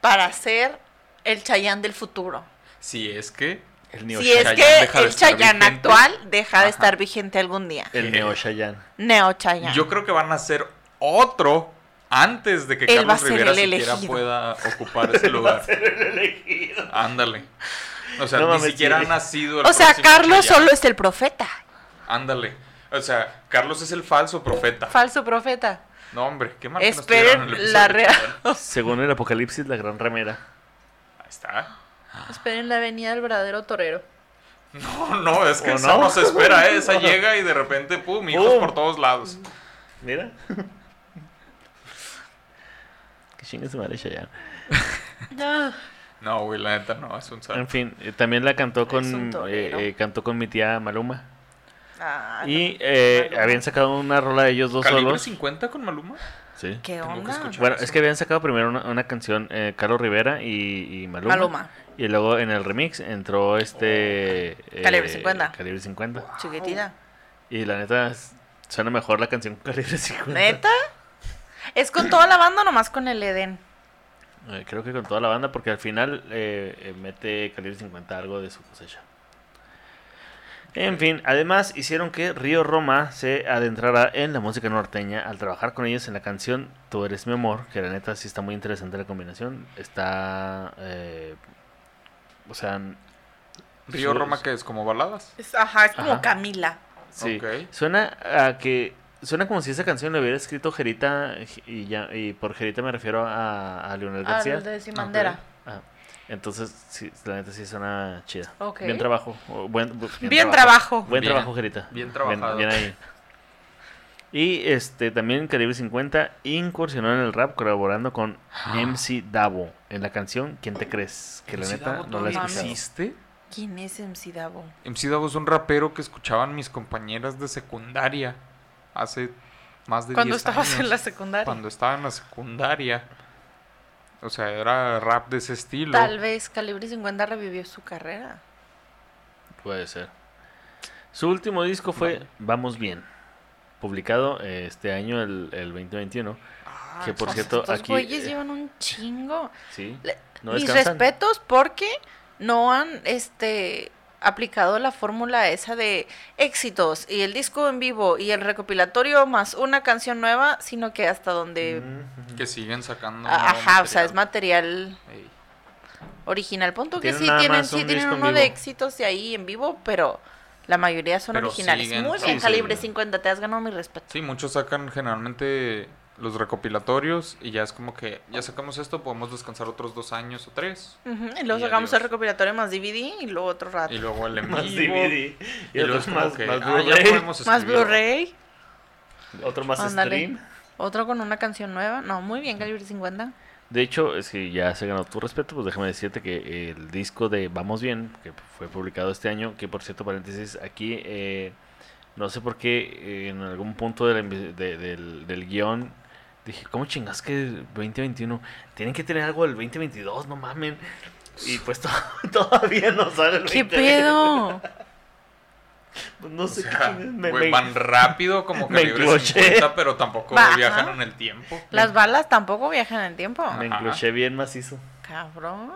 Speaker 3: para ser el Chayanne del futuro.
Speaker 2: Si es que
Speaker 4: El neo
Speaker 3: si es
Speaker 2: Chayanne
Speaker 3: que
Speaker 2: deja de
Speaker 3: el
Speaker 2: estar
Speaker 3: Chayanne
Speaker 2: vigente.
Speaker 3: actual deja
Speaker 2: Ajá.
Speaker 3: de estar vigente algún día.
Speaker 4: El neo Chayanne.
Speaker 3: Neo Chayanne.
Speaker 2: Yo creo que van a hacer otro antes de que
Speaker 3: Él va a
Speaker 2: Carlos
Speaker 3: ser
Speaker 2: Rivera
Speaker 3: el
Speaker 2: siquiera
Speaker 3: elegido.
Speaker 2: pueda ocupar ese lugar. Ándale. O sea,
Speaker 4: No
Speaker 2: ni
Speaker 4: mames,
Speaker 2: siquiera
Speaker 4: sí.
Speaker 2: ha nacido el
Speaker 3: O sea,
Speaker 2: próximo
Speaker 3: Carlos
Speaker 2: Chayanne.
Speaker 3: solo es el profeta.
Speaker 2: Ándale. O sea, Carlos es el falso profeta.
Speaker 3: Falso profeta.
Speaker 2: no, hombre, qué mal que no estuvieron en el
Speaker 3: Esperen
Speaker 2: episodio
Speaker 3: la
Speaker 2: de
Speaker 3: rea-
Speaker 2: Chayanne.
Speaker 4: Según el apocalipsis, la gran ramera.
Speaker 2: Ahí está.
Speaker 3: Esperen la venida del verdadero torero.
Speaker 2: No, no, es que
Speaker 4: ¿O
Speaker 2: esa
Speaker 4: no?
Speaker 2: no se espera, ¿eh? esa
Speaker 4: ¿O no?
Speaker 2: llega y de repente, pum, hijos
Speaker 4: Pum.
Speaker 2: por todos lados.
Speaker 4: Mira. que chingue su madre Chayanne.
Speaker 3: Ah,
Speaker 2: No, güey, la neta no, es un
Speaker 4: En
Speaker 2: sal.
Speaker 4: fin, eh, también la cantó con
Speaker 3: Es un torero.
Speaker 4: eh, eh, cantó con mi tía Maluma.
Speaker 3: Ah,
Speaker 4: y eh,
Speaker 3: Maluma.
Speaker 4: habían sacado una rola de ellos dos
Speaker 2: ¿Calibre
Speaker 4: solos.
Speaker 2: 50 con Maluma?
Speaker 4: Sí.
Speaker 3: ¿Qué
Speaker 2: Tengo que
Speaker 3: onda?
Speaker 2: escuchar.
Speaker 4: Bueno, es que habían sacado primero una, una canción eh, Carlos Rivera y, y Maluma.
Speaker 3: Maluma.
Speaker 4: Y luego en el remix entró este eh,
Speaker 3: Calibre 50.
Speaker 4: Calibre 50.
Speaker 3: Chiquitita.
Speaker 2: Oh,
Speaker 4: Y la neta es- suena mejor la canción con Calibre
Speaker 2: pues,
Speaker 4: 50.
Speaker 3: ¿Neta? ¿Es con toda la banda o nomás con el Edén?
Speaker 4: Eh, creo que con toda la banda porque al final eh, eh, mete Calibre 50 algo de su cosecha. En fin, además hicieron que Río Roma se adentrara en la música norteña al trabajar con ellos en la canción Tú eres mi amor, que la neta sí está muy interesante la combinación. Está... eh, o sea... n-
Speaker 2: Río
Speaker 4: su-
Speaker 2: Roma, que es como baladas.
Speaker 3: Es- Ajá, es como
Speaker 4: Ajá.
Speaker 3: Camila.
Speaker 4: Sí.
Speaker 2: Ok.
Speaker 4: Suena a que... Suena como si esa canción la hubiera escrito Gerita y, ya, y por Gerita me refiero a, a Leonel
Speaker 3: Ah,
Speaker 4: García.
Speaker 3: el de Simandera.
Speaker 4: Ah, entonces, sí, la neta sí suena chida.
Speaker 3: Ok.
Speaker 4: Bien trabajo. o Buen, bu-
Speaker 3: Bien trabajo.
Speaker 4: Buen
Speaker 2: Bien.
Speaker 4: trabajo, Gerita.
Speaker 2: Bien trabajado.
Speaker 4: Bien, ahí. Y este, también Calibre 50 incursionó en el rap colaborando con MC Davo en la canción ¿Quién te crees? Que la
Speaker 2: MC
Speaker 4: neta
Speaker 2: Davo
Speaker 4: no la he
Speaker 2: todavía
Speaker 4: escuchado.
Speaker 2: ¿Existe?
Speaker 3: ¿Quién es MC Davo?
Speaker 2: MC Davo es un rapero que escuchaban mis compañeras de secundaria hace más de 10 años.
Speaker 3: Cuando estabas en la secundaria.
Speaker 2: Cuando estaba en la secundaria. O sea, era rap de ese estilo.
Speaker 3: Tal vez Calibre 50 revivió su carrera.
Speaker 4: Puede ser. Su último disco fue Vamos Bien, publicado eh, este año, el, el 2021.
Speaker 2: Ah,
Speaker 4: que por
Speaker 3: O sea,
Speaker 4: cierto,
Speaker 3: estos
Speaker 4: aquí.
Speaker 3: güeyes
Speaker 4: eh,
Speaker 3: llevan un chingo.
Speaker 4: sí,
Speaker 3: Le-
Speaker 4: no
Speaker 3: Mis
Speaker 4: descansan.
Speaker 3: respetos porque no han este aplicado la fórmula esa de éxitos y el disco en vivo y el recopilatorio más una canción nueva, sino que hasta
Speaker 4: Mm,
Speaker 3: donde...
Speaker 6: Ujú.
Speaker 2: Que siguen sacando. nuevo
Speaker 3: Ajá, o sea, es
Speaker 2: material.
Speaker 3: Mm, material
Speaker 2: Ey.
Speaker 3: original. Punto que
Speaker 6: Tienen
Speaker 3: sí
Speaker 6: nada
Speaker 3: tienen,
Speaker 6: más
Speaker 3: sí
Speaker 6: un
Speaker 3: tienen
Speaker 6: disco en
Speaker 3: uno de
Speaker 6: vivo.
Speaker 3: éxitos de ahí en vivo, pero la mayoría son
Speaker 2: Pero
Speaker 3: originales.
Speaker 2: siguen,
Speaker 3: Muy
Speaker 2: sí,
Speaker 3: bien,
Speaker 6: sí,
Speaker 3: calibre
Speaker 6: sí.
Speaker 3: 50, te has ganado mi respeto.
Speaker 2: Sí, muchos sacan generalmente los recopilatorios y ya es como que ya sacamos esto, podemos descansar otros dos años o tres.
Speaker 3: Ujú, Y luego
Speaker 2: Y
Speaker 3: sacamos el
Speaker 2: adiós.
Speaker 3: recopilatorio más DVD y luego otro rato.
Speaker 2: Y luego el en
Speaker 6: Más
Speaker 2: vivo,
Speaker 6: DVD.
Speaker 2: Y,
Speaker 6: Y,
Speaker 2: luego
Speaker 6: otro
Speaker 2: es como
Speaker 6: más,
Speaker 2: que,
Speaker 6: más
Speaker 2: ah, ya
Speaker 6: Blu-ray,
Speaker 2: podemos
Speaker 3: más
Speaker 2: escribir.
Speaker 3: Blu-ray,
Speaker 6: Otro más
Speaker 3: Ándale.
Speaker 6: stream.
Speaker 3: otro con una canción nueva. No, muy bien, calibre 50.
Speaker 4: De hecho, es que ya se ganó tu respeto, pues déjame decirte que el disco de Vamos Bien, que fue publicado este año, que por cierto, paréntesis, aquí eh, no sé por qué eh, en algún punto de la invi- de- del, del guión dije, ¿cómo chingas que el 2021? Tienen que tener algo del 2022, no mamen.
Speaker 6: Y pues to- todavía no sale el
Speaker 3: ¿Qué
Speaker 6: 20.
Speaker 3: pedo?
Speaker 6: No
Speaker 2: O
Speaker 6: sé
Speaker 2: sea,
Speaker 6: qué chingas, me-
Speaker 2: güey,
Speaker 6: me-
Speaker 2: van rápido como
Speaker 6: me
Speaker 2: calibre
Speaker 6: encloché.
Speaker 2: 50, pero tampoco
Speaker 3: Ajá.
Speaker 2: viajan en el tiempo.
Speaker 3: Las balas tampoco viajan en el tiempo.
Speaker 6: Me
Speaker 2: Ajá.
Speaker 6: encloché bien macizo.
Speaker 3: Cabrón.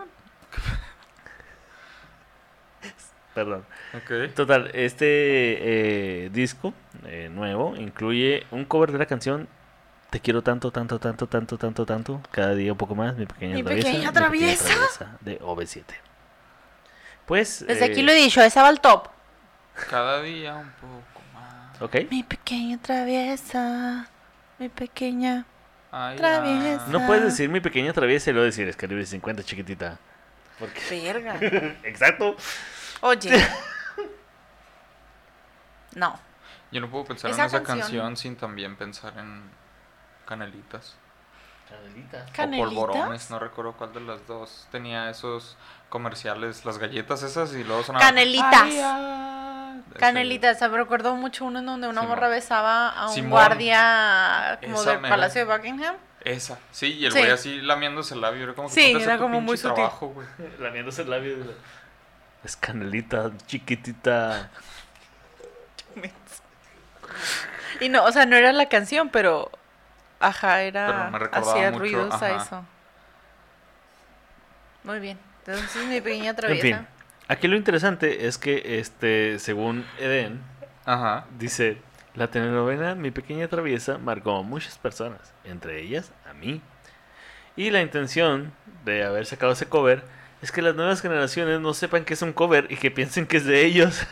Speaker 6: Perdón.
Speaker 2: Ok.
Speaker 4: Total, este eh, disco eh, nuevo incluye un cover de la canción Te quiero tanto, tanto, tanto, tanto, tanto, tanto, cada día un poco más, mi pequeña
Speaker 3: Mi
Speaker 4: traviesa.
Speaker 3: pequeña
Speaker 4: traviesa de OV7. Pues...
Speaker 3: Desde
Speaker 4: eh,
Speaker 3: aquí lo he dicho, esa va al top.
Speaker 2: Cada día un poco más.
Speaker 4: Ok.
Speaker 3: Mi pequeña traviesa. Mi pequeña.
Speaker 2: Ay,
Speaker 3: Traviesa.
Speaker 4: No puedes decir mi pequeña traviesa y luego decir es calibre 50, chiquitita.
Speaker 6: Porque-
Speaker 3: Verga.
Speaker 6: Exacto.
Speaker 3: Oye. No.
Speaker 2: Yo no puedo pensar
Speaker 3: Esa
Speaker 2: en esa
Speaker 3: canción.
Speaker 2: canción. sin también pensar en canelitas
Speaker 3: Canelitas.
Speaker 2: o polvorones, no recuerdo cuál de las dos. Tenía esos comerciales, las galletas esas y luego sonaban
Speaker 3: Canelitas.
Speaker 2: Ay, ah. Ese-
Speaker 3: Canelitas, se me recordó mucho uno en donde una
Speaker 2: Simón.
Speaker 3: morra besaba a un
Speaker 2: Simón.
Speaker 3: guardia como
Speaker 2: Esa
Speaker 3: del
Speaker 2: mera.
Speaker 3: Palacio de Buckingham.
Speaker 2: Esa, sí, y el
Speaker 3: Sí.
Speaker 2: güey así lamiéndose el labio. Era como que
Speaker 3: Sí,
Speaker 2: ponte a hacer
Speaker 3: era
Speaker 2: tu
Speaker 3: como
Speaker 2: pinche
Speaker 3: muy sutil.
Speaker 2: trabajo, güey.
Speaker 6: Lamiéndose el labio.
Speaker 4: Es canelita, chiquitita.
Speaker 3: Y no, o sea, no era la canción, pero ajá, era
Speaker 2: Pero me recordaba
Speaker 3: hacía
Speaker 2: mucho,
Speaker 3: ruidos a
Speaker 2: ajá.
Speaker 3: eso. Muy bien. Entonces mi pequeña
Speaker 4: En
Speaker 3: traviesa.
Speaker 4: fin, aquí lo interesante es que, este, según Eden,
Speaker 2: Ajá.
Speaker 4: Dice, la telenovela Mi Pequeña Traviesa marcó a muchas personas, entre ellas a mí. Y la intención de haber sacado ese cover es que las nuevas generaciones no sepan que es un cover y que piensen que es de ellos.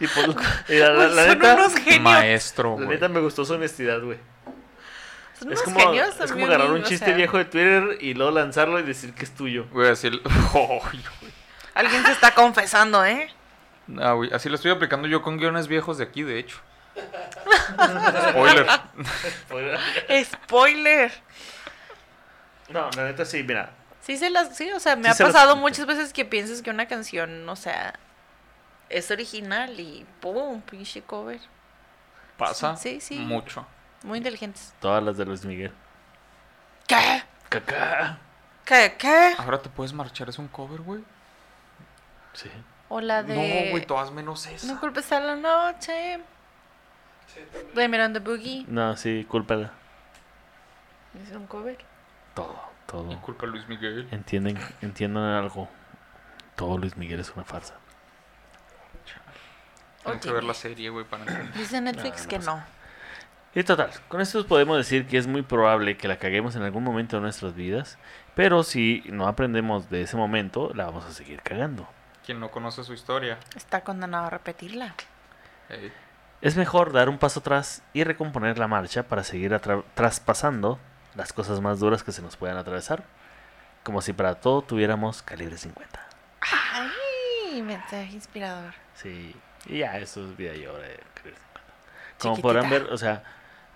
Speaker 4: Y por lo- y la, la-
Speaker 3: Uy,
Speaker 4: la
Speaker 3: son
Speaker 4: neta,
Speaker 3: unos
Speaker 2: eh,
Speaker 3: genios.
Speaker 2: Maestro,
Speaker 4: la
Speaker 2: güey.
Speaker 4: neta me gustó su honestidad, güey.
Speaker 3: Son unos
Speaker 6: Es como,
Speaker 3: genios.
Speaker 6: es
Speaker 3: son
Speaker 6: como
Speaker 3: bien
Speaker 6: agarrar un
Speaker 3: lindos, o
Speaker 6: chiste
Speaker 3: sea,
Speaker 6: viejo de Twitter y luego lanzarlo y decir que es tuyo.
Speaker 2: Güey, así. el- Ay,
Speaker 3: Alguien se está confesando, ¿eh?
Speaker 2: Ah, güey, así lo estoy aplicando yo con guiones viejos de aquí, de hecho. Spoiler.
Speaker 3: Spoiler.
Speaker 6: No, la neta sí, mira.
Speaker 3: Sí, se las, sí, o sea, me
Speaker 4: Sí
Speaker 3: ha
Speaker 4: se las
Speaker 3: pasado
Speaker 4: quita.
Speaker 3: muchas veces que piensas que una canción, o sea, es original y ¡pum! Pinche cover.
Speaker 2: Pasa
Speaker 3: Sí, sí.
Speaker 2: mucho.
Speaker 3: Muy inteligentes.
Speaker 4: Todas las de Luis Miguel.
Speaker 3: ¿Qué?
Speaker 4: Caca.
Speaker 3: ¿Qué? ¿Qué?
Speaker 2: Ahora te puedes marchar, es un cover, güey.
Speaker 4: Sí.
Speaker 3: O la
Speaker 2: No, güey,
Speaker 3: de...
Speaker 2: todas menos esa.
Speaker 3: No, culpes a la noche. Blame it on the boogie.
Speaker 4: No, sí, cúlpala.
Speaker 3: Es un cover.
Speaker 4: Todo,
Speaker 2: Y
Speaker 4: todo.
Speaker 2: culpa a Luis Miguel.
Speaker 4: Entienden, entiendan algo. Todo Luis Miguel es una farsa.
Speaker 2: Tengo que
Speaker 3: Oye.
Speaker 2: ver la serie, güey, para entender.
Speaker 3: Dice Netflix
Speaker 4: no
Speaker 3: que
Speaker 4: pasa
Speaker 3: no.
Speaker 4: Y total, con esto podemos decir que es muy probable que la caguemos en algún momento de nuestras vidas, pero si no aprendemos de ese momento, la vamos a seguir cagando.
Speaker 2: Quien no conoce su historia. eh,
Speaker 3: Está condenado a repetirla.
Speaker 2: Ey.
Speaker 4: Es mejor dar un paso atrás y recomponer la marcha para seguir atra- traspasando las cosas más duras que se nos puedan atravesar, como si para todo tuviéramos calibre 50.
Speaker 3: ¡Ay! Mensaje inspirador.
Speaker 4: Sí, y ya, eso es vida y obra de calibre 50. Como
Speaker 3: Chiquitita.
Speaker 4: podrán ver, o sea,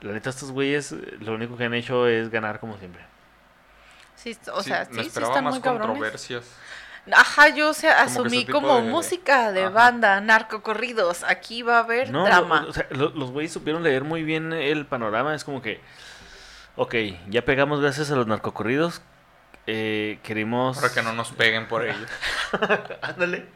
Speaker 4: la neta, estos güeyes eh, lo único que han hecho es ganar como siempre.
Speaker 3: Sí, o
Speaker 2: Sí,
Speaker 3: sea,
Speaker 2: me
Speaker 3: sí, sí
Speaker 2: esperaba
Speaker 3: están
Speaker 2: más
Speaker 3: muy cabrones.
Speaker 2: controversias.
Speaker 3: Ajá, yo o sea,
Speaker 2: Como que
Speaker 3: asumí
Speaker 2: ese tipo
Speaker 3: como
Speaker 2: de-
Speaker 3: música de
Speaker 2: Ajá.
Speaker 3: banda, narcocorridos, aquí va a haber
Speaker 4: No,
Speaker 3: drama.
Speaker 4: o sea, lo- los güeyes supieron leer muy bien el panorama. Es como que, ok, ya pegamos gracias a los narcocorridos. eh, queremos.
Speaker 2: Para que no nos peguen por ello.
Speaker 6: Ándale.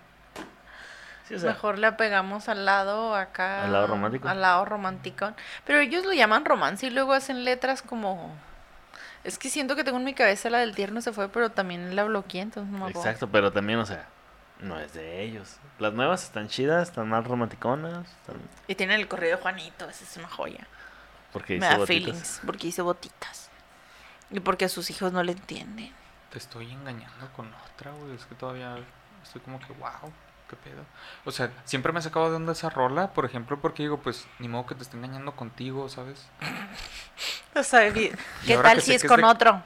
Speaker 4: Sí, o sea,
Speaker 3: Mejor la pegamos al lado acá.
Speaker 4: Al lado romántico.
Speaker 3: Al lado romántico. Pero ellos lo llaman romance y luego hacen letras como... Es que siento que tengo en mi cabeza la del tierno se fue, pero también la bloqueé, entonces no me acuerdo.
Speaker 4: Exacto, pero también, o sea, No es de ellos. Las nuevas están chidas, están más romanticonas. Están...
Speaker 3: Y tienen el correo de Juanito, esa es una joya.
Speaker 4: Porque
Speaker 3: Me
Speaker 4: dice
Speaker 3: da
Speaker 4: botitas.
Speaker 3: feelings porque hice botitas. Y porque sus hijos no le entienden.
Speaker 2: Te estoy engañando con otra, güey. Es que todavía estoy como que, wow, qué pedo. O sea, siempre me he sacado de onda esa rola, por ejemplo, porque digo, pues, ni modo que te esté engañando contigo, ¿sabes?
Speaker 3: O sea, y- ¿Qué
Speaker 2: ahora
Speaker 3: tal
Speaker 2: que
Speaker 3: si
Speaker 2: sé
Speaker 3: es
Speaker 2: que es
Speaker 3: con
Speaker 2: de-
Speaker 3: otro?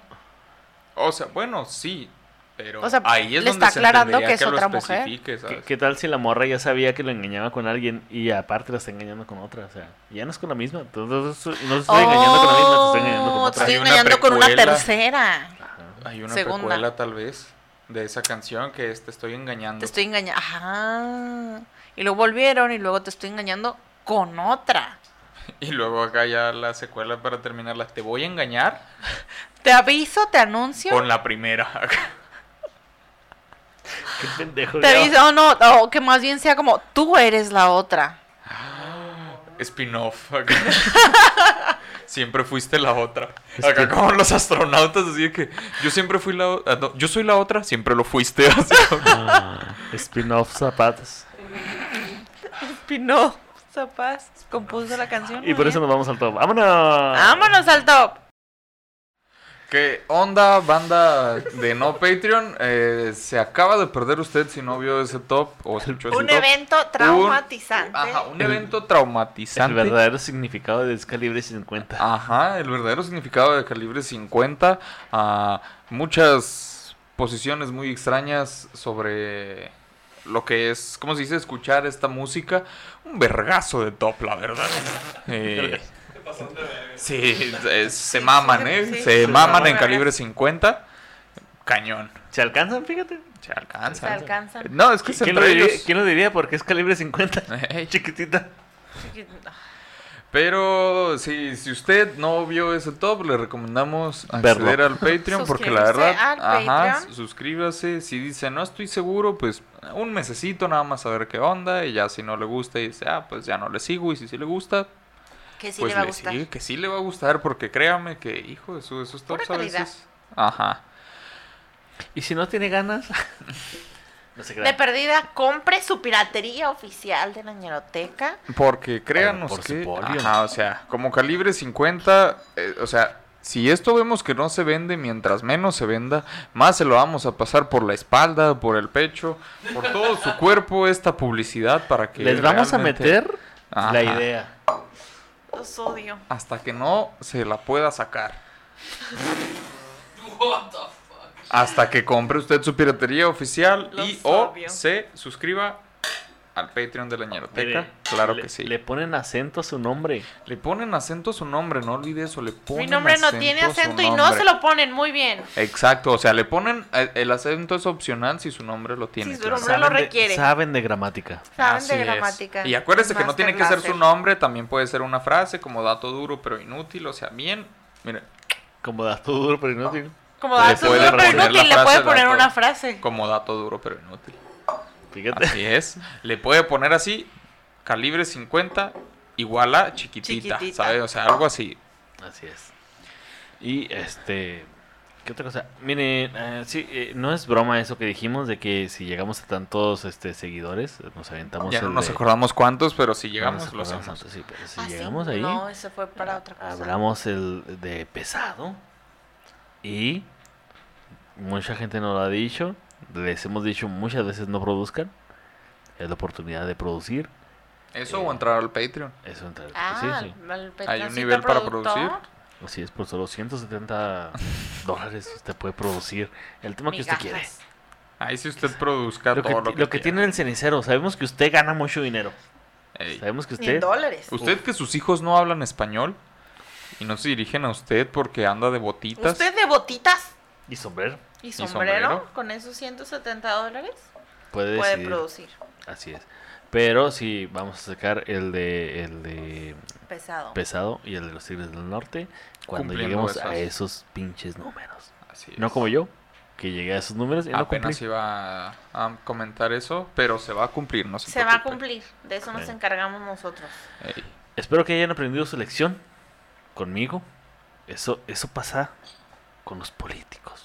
Speaker 2: O sea, bueno, sí, pero
Speaker 3: O sea,
Speaker 2: ahí es
Speaker 3: le
Speaker 2: donde
Speaker 3: está
Speaker 2: se
Speaker 3: aclarando
Speaker 2: entendería
Speaker 3: que es
Speaker 2: lo
Speaker 3: otra mujer.
Speaker 2: especifique,
Speaker 4: ¿Qué,
Speaker 2: ¿sabes?
Speaker 4: qué tal si la morra ya sabía que lo engañaba con alguien y aparte la está engañando con otra? O sea, ya no es con la misma. Entonces, no te estoy engañando con la misma, te estoy engañando con
Speaker 3: Oh,
Speaker 4: otra.
Speaker 3: te estoy
Speaker 2: Hay una
Speaker 3: engañando con una
Speaker 2: precuela.
Speaker 3: tercera.
Speaker 2: Hay una
Speaker 3: Segunda.
Speaker 2: precuela, tal vez, de esa canción que es Te estoy engañando.
Speaker 3: Te estoy engañando. Ajá. Y lo volvieron y luego te estoy engañando con otra.
Speaker 2: Y luego acá ya la secuela para terminarla. Te voy a engañar
Speaker 3: Te aviso, te anuncio.
Speaker 2: con la primera.
Speaker 4: Qué pendejo.
Speaker 3: Te
Speaker 4: ya.
Speaker 3: dice, oh no, o que más bien sea como, tú eres la otra.
Speaker 2: Spin-off. acá. siempre fuiste la otra. Acá como los astronautas, así de que yo siempre fui la o- ah, no, yo soy la otra, siempre lo fuiste. así como-
Speaker 4: Ah, Spin-off zapatos.
Speaker 3: Pinó Zapaz compuso la canción.
Speaker 4: Y por eso nos vamos al top. ¡Vámonos!
Speaker 3: Vámonos al top.
Speaker 2: ¿Qué onda, banda de no Patreon? Eh, se acaba de perder usted si no vio ese top o escuchó ese
Speaker 3: Un
Speaker 2: Pues top.
Speaker 3: evento traumatizante.
Speaker 2: Ajá, un
Speaker 4: El-
Speaker 2: evento
Speaker 4: El
Speaker 2: traumatizante.
Speaker 4: verdadero significado de Excalibur 50.
Speaker 3: Ah.
Speaker 2: Ajá, el verdadero significado de calibre 50. ah, muchas posiciones muy extrañas sobre lo que es, ¿cómo se dice? Escuchar esta música. Un vergazo de top, la verdad. Eh, sí, eh, se maman, ¿eh?
Speaker 3: sí.
Speaker 2: Se
Speaker 3: Se
Speaker 2: maman
Speaker 3: maman.
Speaker 2: en calibre 50. Cañón.
Speaker 4: ¿Se alcanzan? Fíjate.
Speaker 2: Se alcanza.
Speaker 3: Se alcanzan.
Speaker 2: No, es que se
Speaker 4: ¿Quién lo,
Speaker 2: entre
Speaker 4: diría?
Speaker 2: ellos. Eh,
Speaker 4: ¿Quién lo diría? Porque es calibre 50.
Speaker 2: Ey.
Speaker 4: Chiquitita.
Speaker 2: Pero sí, si usted no vio ese top, le recomendamos acceder
Speaker 4: Verlo.
Speaker 2: al Patreon porque la
Speaker 3: Suscribirse
Speaker 2: verdad,
Speaker 3: al
Speaker 2: ajá,
Speaker 3: Patreon.
Speaker 2: suscríbase. Si dice no estoy seguro, pues un mesecito nada más a ver qué onda y ya si no le gusta y dice ah pues ya no le sigo y si sí le gusta,
Speaker 3: Que sí
Speaker 2: pues
Speaker 3: le va a
Speaker 2: le
Speaker 3: gustar.
Speaker 2: sigue, que sí le va a gustar porque créame que hijo de su, esos
Speaker 3: Pura
Speaker 2: tops a
Speaker 3: calidad.
Speaker 2: veces, ajá,
Speaker 4: Y si no tiene ganas. no se
Speaker 3: De
Speaker 4: crean.
Speaker 3: perdida, compre su piratería oficial de la ñeroteca.
Speaker 2: porque créanos
Speaker 4: por
Speaker 2: que,
Speaker 4: Cipolio.
Speaker 2: ajá, o sea, como calibre 50, eh, o sea. Si esto vemos que no se vende, mientras menos se venda, más se lo vamos a pasar por la espalda, por el pecho, por todo su cuerpo esta publicidad para que
Speaker 4: Les vamos a
Speaker 2: realmente-
Speaker 4: meter
Speaker 2: Ajá.
Speaker 4: la idea.
Speaker 3: Los odio.
Speaker 2: hasta que no se la pueda sacar. Hasta que compre usted su piratería oficial
Speaker 3: Los
Speaker 2: y o
Speaker 3: obvio.
Speaker 2: se suscriba al Patreon de la ñeroteca.
Speaker 4: Mire,
Speaker 2: claro
Speaker 4: le-
Speaker 2: que sí.
Speaker 4: Le
Speaker 2: Le,
Speaker 4: ponen acento a su nombre.
Speaker 2: ponen acento a su nombre, no olvide eso. Le ponen
Speaker 3: Mi nombre no
Speaker 2: acento
Speaker 3: tiene
Speaker 2: a su
Speaker 3: acento y no
Speaker 2: nombre.
Speaker 3: se lo ponen muy bien.
Speaker 2: Exacto, o sea, le ponen. El, el acento es opcional si su nombre lo tiene.
Speaker 3: Si su
Speaker 2: claro.
Speaker 3: nombre- Pero lo
Speaker 4: Saben de-
Speaker 3: requiere.
Speaker 4: saben de gramática.
Speaker 3: Saben
Speaker 2: Así
Speaker 3: de
Speaker 2: es.
Speaker 3: gramática.
Speaker 2: Y acuérdese que no tiene que ser su
Speaker 3: Master
Speaker 2: nombre, también puede ser una frase como dato duro pero inútil, o sea, bien. Mire,
Speaker 4: Como das todo duro, pero no digo.
Speaker 3: Blaster. Como
Speaker 2: Le
Speaker 3: dato
Speaker 2: puede
Speaker 3: duro, pero
Speaker 2: poner la
Speaker 3: inútil, le
Speaker 2: frase
Speaker 3: puede
Speaker 2: al
Speaker 3: poner
Speaker 2: dato.
Speaker 3: una frase.
Speaker 2: como dato duro pero inútil.
Speaker 4: Fíjate.
Speaker 2: Así es. Le puede poner así, calibre 50, igual a chiquitita,
Speaker 3: Chiquitita.
Speaker 2: ¿sabes? O sea, algo así.
Speaker 3: Ah.
Speaker 4: Así es. Y este. ¿Qué otra cosa? Miren, eh, sí, eh, no es broma eso que dijimos de que si llegamos a tantos este, seguidores, nos aventamos.
Speaker 2: Ya no
Speaker 4: el
Speaker 2: nos
Speaker 4: de-
Speaker 2: acordamos cuántos, pero si
Speaker 4: no
Speaker 2: llegamos,
Speaker 4: nos
Speaker 2: lo
Speaker 4: acordamos
Speaker 2: hacemos.
Speaker 4: tanto, sí, pero si
Speaker 3: Ah, sí,
Speaker 4: llegamos ahí,
Speaker 3: No, eso fue para otra cosa.
Speaker 4: hablamos el de pesado. Y mucha gente nos lo ha dicho. Les hemos dicho muchas veces no produzcan. Es la oportunidad de producir.
Speaker 2: Eso o entrar al Patreon.
Speaker 4: Eso entra.
Speaker 3: Ah,
Speaker 4: sí, sí.
Speaker 3: el
Speaker 2: Hay un
Speaker 3: Petroncito
Speaker 2: nivel para
Speaker 3: productor.
Speaker 2: producir.
Speaker 4: Así es, por solo 170 dólares usted puede producir el tema que usted quiere.
Speaker 3: Migajas.
Speaker 2: Ahí si usted produzca
Speaker 4: Lo que,
Speaker 2: todo lo que,
Speaker 4: lo que tiene
Speaker 2: quiera.
Speaker 4: el cenicero, sabemos que usted gana mucho dinero.
Speaker 2: Ey.
Speaker 4: Sabemos que
Speaker 3: Ni
Speaker 4: usted...
Speaker 3: dólares.
Speaker 2: Usted que sus hijos no hablan español y no se dirigen a usted porque anda de botitas.
Speaker 3: ¿Usted de botitas
Speaker 4: Y sombrero
Speaker 3: y
Speaker 2: sombrero?
Speaker 3: sombrero, con esos 170 dólares
Speaker 4: puede,
Speaker 3: puede
Speaker 4: decidir.
Speaker 3: producir
Speaker 4: Así es. Pero sí, vamos a sacar el de, el de
Speaker 3: pesado.
Speaker 2: Pues,
Speaker 4: pesado y el de los Tigres del Norte cuando
Speaker 2: Cumpliendo
Speaker 4: lleguemos
Speaker 2: esos.
Speaker 4: a esos pinches números.
Speaker 2: Así
Speaker 4: No
Speaker 2: es.
Speaker 4: como yo, que llegué a esos números y no cumplí.
Speaker 2: Apenas iba a, a comentar eso, pero se va a cumplir, no se,
Speaker 3: Se va a
Speaker 2: preocupe.
Speaker 3: cumplir, de eso nos
Speaker 4: Ok.
Speaker 3: encargamos nosotros.
Speaker 2: Ey.
Speaker 4: Espero que hayan aprendido su lección conmigo. Eso, eso pasa con los políticos.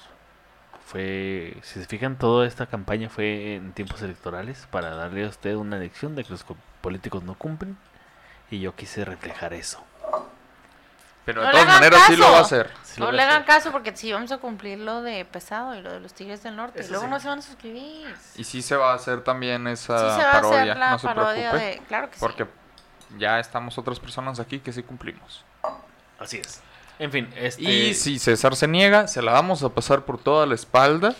Speaker 4: fue, si se fijan, toda esta campaña fue en tiempos electorales para darle a usted una lección de que los co- políticos no cumplen. Y yo quise reflejar eso.
Speaker 2: Pero de
Speaker 3: No le
Speaker 2: todas
Speaker 3: hagan
Speaker 2: maneras sí lo
Speaker 3: caso.
Speaker 2: va a hacer.
Speaker 4: Sí lo
Speaker 3: No
Speaker 4: voy a
Speaker 3: le hagan
Speaker 4: hacer.
Speaker 3: caso porque si vamos a cumplir lo de pesado y lo de los Tigres del Norte.
Speaker 5: Eso
Speaker 3: luego
Speaker 5: sí.
Speaker 3: no se van a suscribir.
Speaker 2: Y sí se va a hacer también esa
Speaker 3: sí se va
Speaker 2: parodia.
Speaker 3: a hacer la
Speaker 2: no se
Speaker 3: parodia
Speaker 2: preocupe.
Speaker 3: de... Claro que
Speaker 2: Porque
Speaker 3: sí.
Speaker 2: ya estamos otras personas aquí que sí cumplimos.
Speaker 4: Así es. En fin, este.
Speaker 2: Y si Eh, César se niega, se la vamos a pasar por toda la espalda,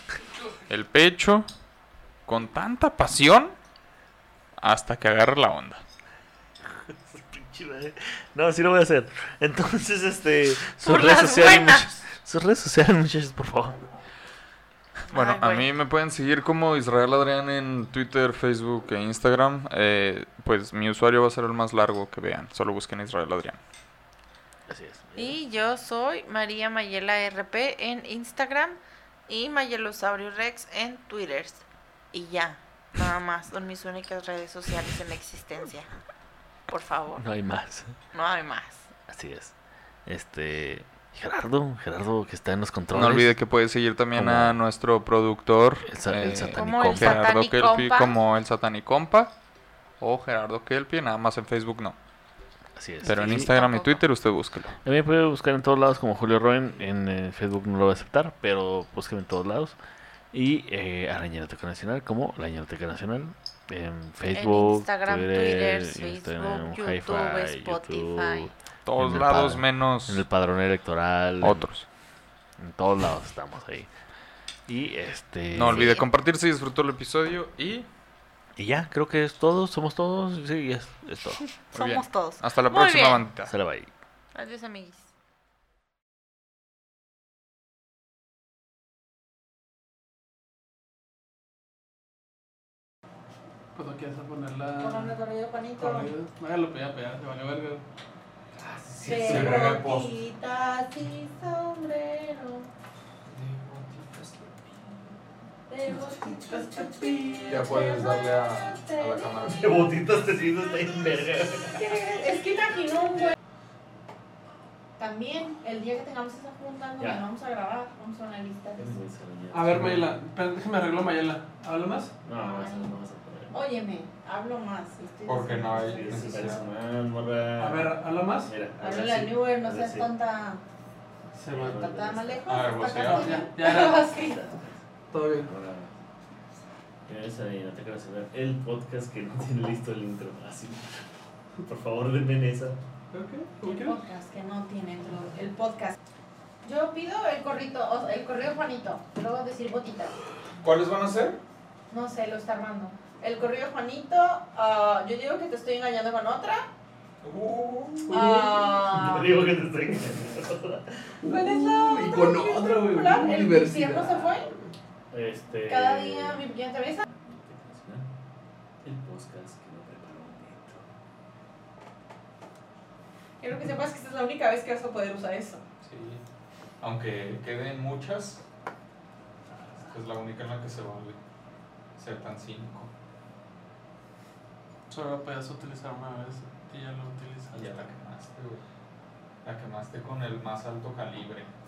Speaker 2: el pecho, con tanta pasión, hasta que agarre la onda.
Speaker 4: Pinche madre. No, sí lo voy a hacer. Entonces, este. Sus
Speaker 7: Por
Speaker 4: redes
Speaker 7: las
Speaker 4: sociales,
Speaker 7: buenas.
Speaker 4: muchachos. Sus redes sociales, muchachos, por favor.
Speaker 2: Bueno,
Speaker 7: Ay,
Speaker 2: a
Speaker 7: güey.
Speaker 2: mí me pueden seguir como Israel Adrián en Twitter, Facebook e Instagram. Eh, pues mi usuario va a ser el más largo que vean. Solo busquen Israel Adrián.
Speaker 4: Así es.
Speaker 3: Y yo soy María Mayela RP en Instagram y Mayelosaurio Rex en Twitter. Y ya, nada más, son mis únicas redes sociales en la existencia. Por favor,
Speaker 4: No hay más.
Speaker 3: no hay más.
Speaker 4: Así es. Este. Gerardo, Gerardo que está en los controles.
Speaker 2: No olvide que puede seguir también
Speaker 4: Como-
Speaker 2: a nuestro productor eh,
Speaker 4: El sa- el
Speaker 3: Como
Speaker 4: Satanicompa.
Speaker 3: el
Speaker 2: Gerardo Kelpi
Speaker 3: Satanicompa.
Speaker 2: como el Satanicompa o Gerardo Kelpi, nada más en Facebook no.
Speaker 4: Así es.
Speaker 2: Pero en
Speaker 4: Y
Speaker 2: Instagram y
Speaker 3: tampoco.
Speaker 2: Twitter usted búsquelo.
Speaker 4: A mí me puede buscar en todos lados como Julio Roen. En eh, Facebook no lo va a aceptar, pero búsqueme en todos lados. Y eh, a la Ñeroteca Nacional como la Ñeroteca Nacional. En Facebook,
Speaker 3: en Instagram, Twitter, Facebook,
Speaker 4: Hi-Fi,
Speaker 3: YouTube, Spotify.
Speaker 4: YouTube,
Speaker 2: Todos
Speaker 4: En el
Speaker 2: lados
Speaker 4: padre.
Speaker 2: menos
Speaker 4: en el padrón electoral. en-
Speaker 2: otros.
Speaker 4: En, todos lados estamos ahí. Y este.
Speaker 2: No olvide compartir si disfrutó el episodio y
Speaker 4: Y ya, creo que es todo. Somos todos. Sí, es, es todo.
Speaker 3: Somos
Speaker 2: bien.
Speaker 3: todos.
Speaker 2: hasta la
Speaker 3: Muy
Speaker 2: próxima
Speaker 3: bien.
Speaker 2: bandita.
Speaker 4: Se la va a ir.
Speaker 3: Adiós, amiguis.
Speaker 5: Pues no quieres poner la.
Speaker 3: panito.
Speaker 5: Vaya, lo pegué a pegar, te valió verga.
Speaker 3: Pelotitas y sombrero. De botitas capillas.
Speaker 2: Ya puedes darle a, la cámara.
Speaker 4: botitas te siento está en verga.
Speaker 3: Es que imaginó un güey. También, el día que tengamos esa junta, donde
Speaker 4: Ya.
Speaker 3: vamos a grabar, vamos a una lista de eso.
Speaker 5: A ver, Mayela, espera, déjame arreglo Mayela. ¿Habla más?
Speaker 4: No, no, eso no vas a poder.
Speaker 3: Óyeme, hablo más. estoy
Speaker 2: Porque no hay
Speaker 3: diciendo-
Speaker 4: Sí, sí,
Speaker 2: necesidad.
Speaker 4: parece mal, morra.
Speaker 5: A ver, ¿habla más?
Speaker 4: Mira, a ver,
Speaker 3: Háblale a
Speaker 4: sí.
Speaker 3: Newer, no
Speaker 4: A ver,
Speaker 3: seas
Speaker 4: sí.
Speaker 3: tonta.
Speaker 5: Se va.
Speaker 4: Ahora,
Speaker 3: Está más lejos.
Speaker 2: A ver,
Speaker 3: está
Speaker 2: vocea.
Speaker 3: Castillo.
Speaker 5: Ya, ya era.
Speaker 3: Sí.
Speaker 5: Todo bien.
Speaker 4: ahora. Tienes ahí, no te quiero saber. El podcast que no tiene listo el intro. Así. Por favor, denme esa.
Speaker 5: ¿Creo que? ¿Cómo
Speaker 3: El
Speaker 5: quieres?
Speaker 3: podcast que no tiene lo- el podcast. Yo pido el corrito, o- el correo Juanito, luego decir botitas.
Speaker 2: ¿Cuáles van a ser?
Speaker 3: No sé, lo está armando. El correo Juanito, ah, yo digo que te estoy engañando con otra. Ah,
Speaker 4: Te digo que te estoy engañando.
Speaker 3: ¿Cuál es la
Speaker 5: Uy,
Speaker 3: otra
Speaker 5: con
Speaker 3: que quieres
Speaker 5: otra, güey,
Speaker 3: popular?
Speaker 5: una
Speaker 3: ¿El
Speaker 5: universidad. Eh.
Speaker 3: infierno se fue?
Speaker 4: Este.
Speaker 3: Cada día mi pequeña cabeza.
Speaker 4: El podcast que no preparó un
Speaker 3: Quiero que sepas que esta es la única vez que vas a poder usar eso.
Speaker 2: Sí. Aunque queden muchas, es la única en la que se vale ser tan cínico.
Speaker 5: Solo puedes utilizar una vez y ya lo utilizas.
Speaker 2: Y ya la quemaste, güey. La quemaste con el más alto calibre.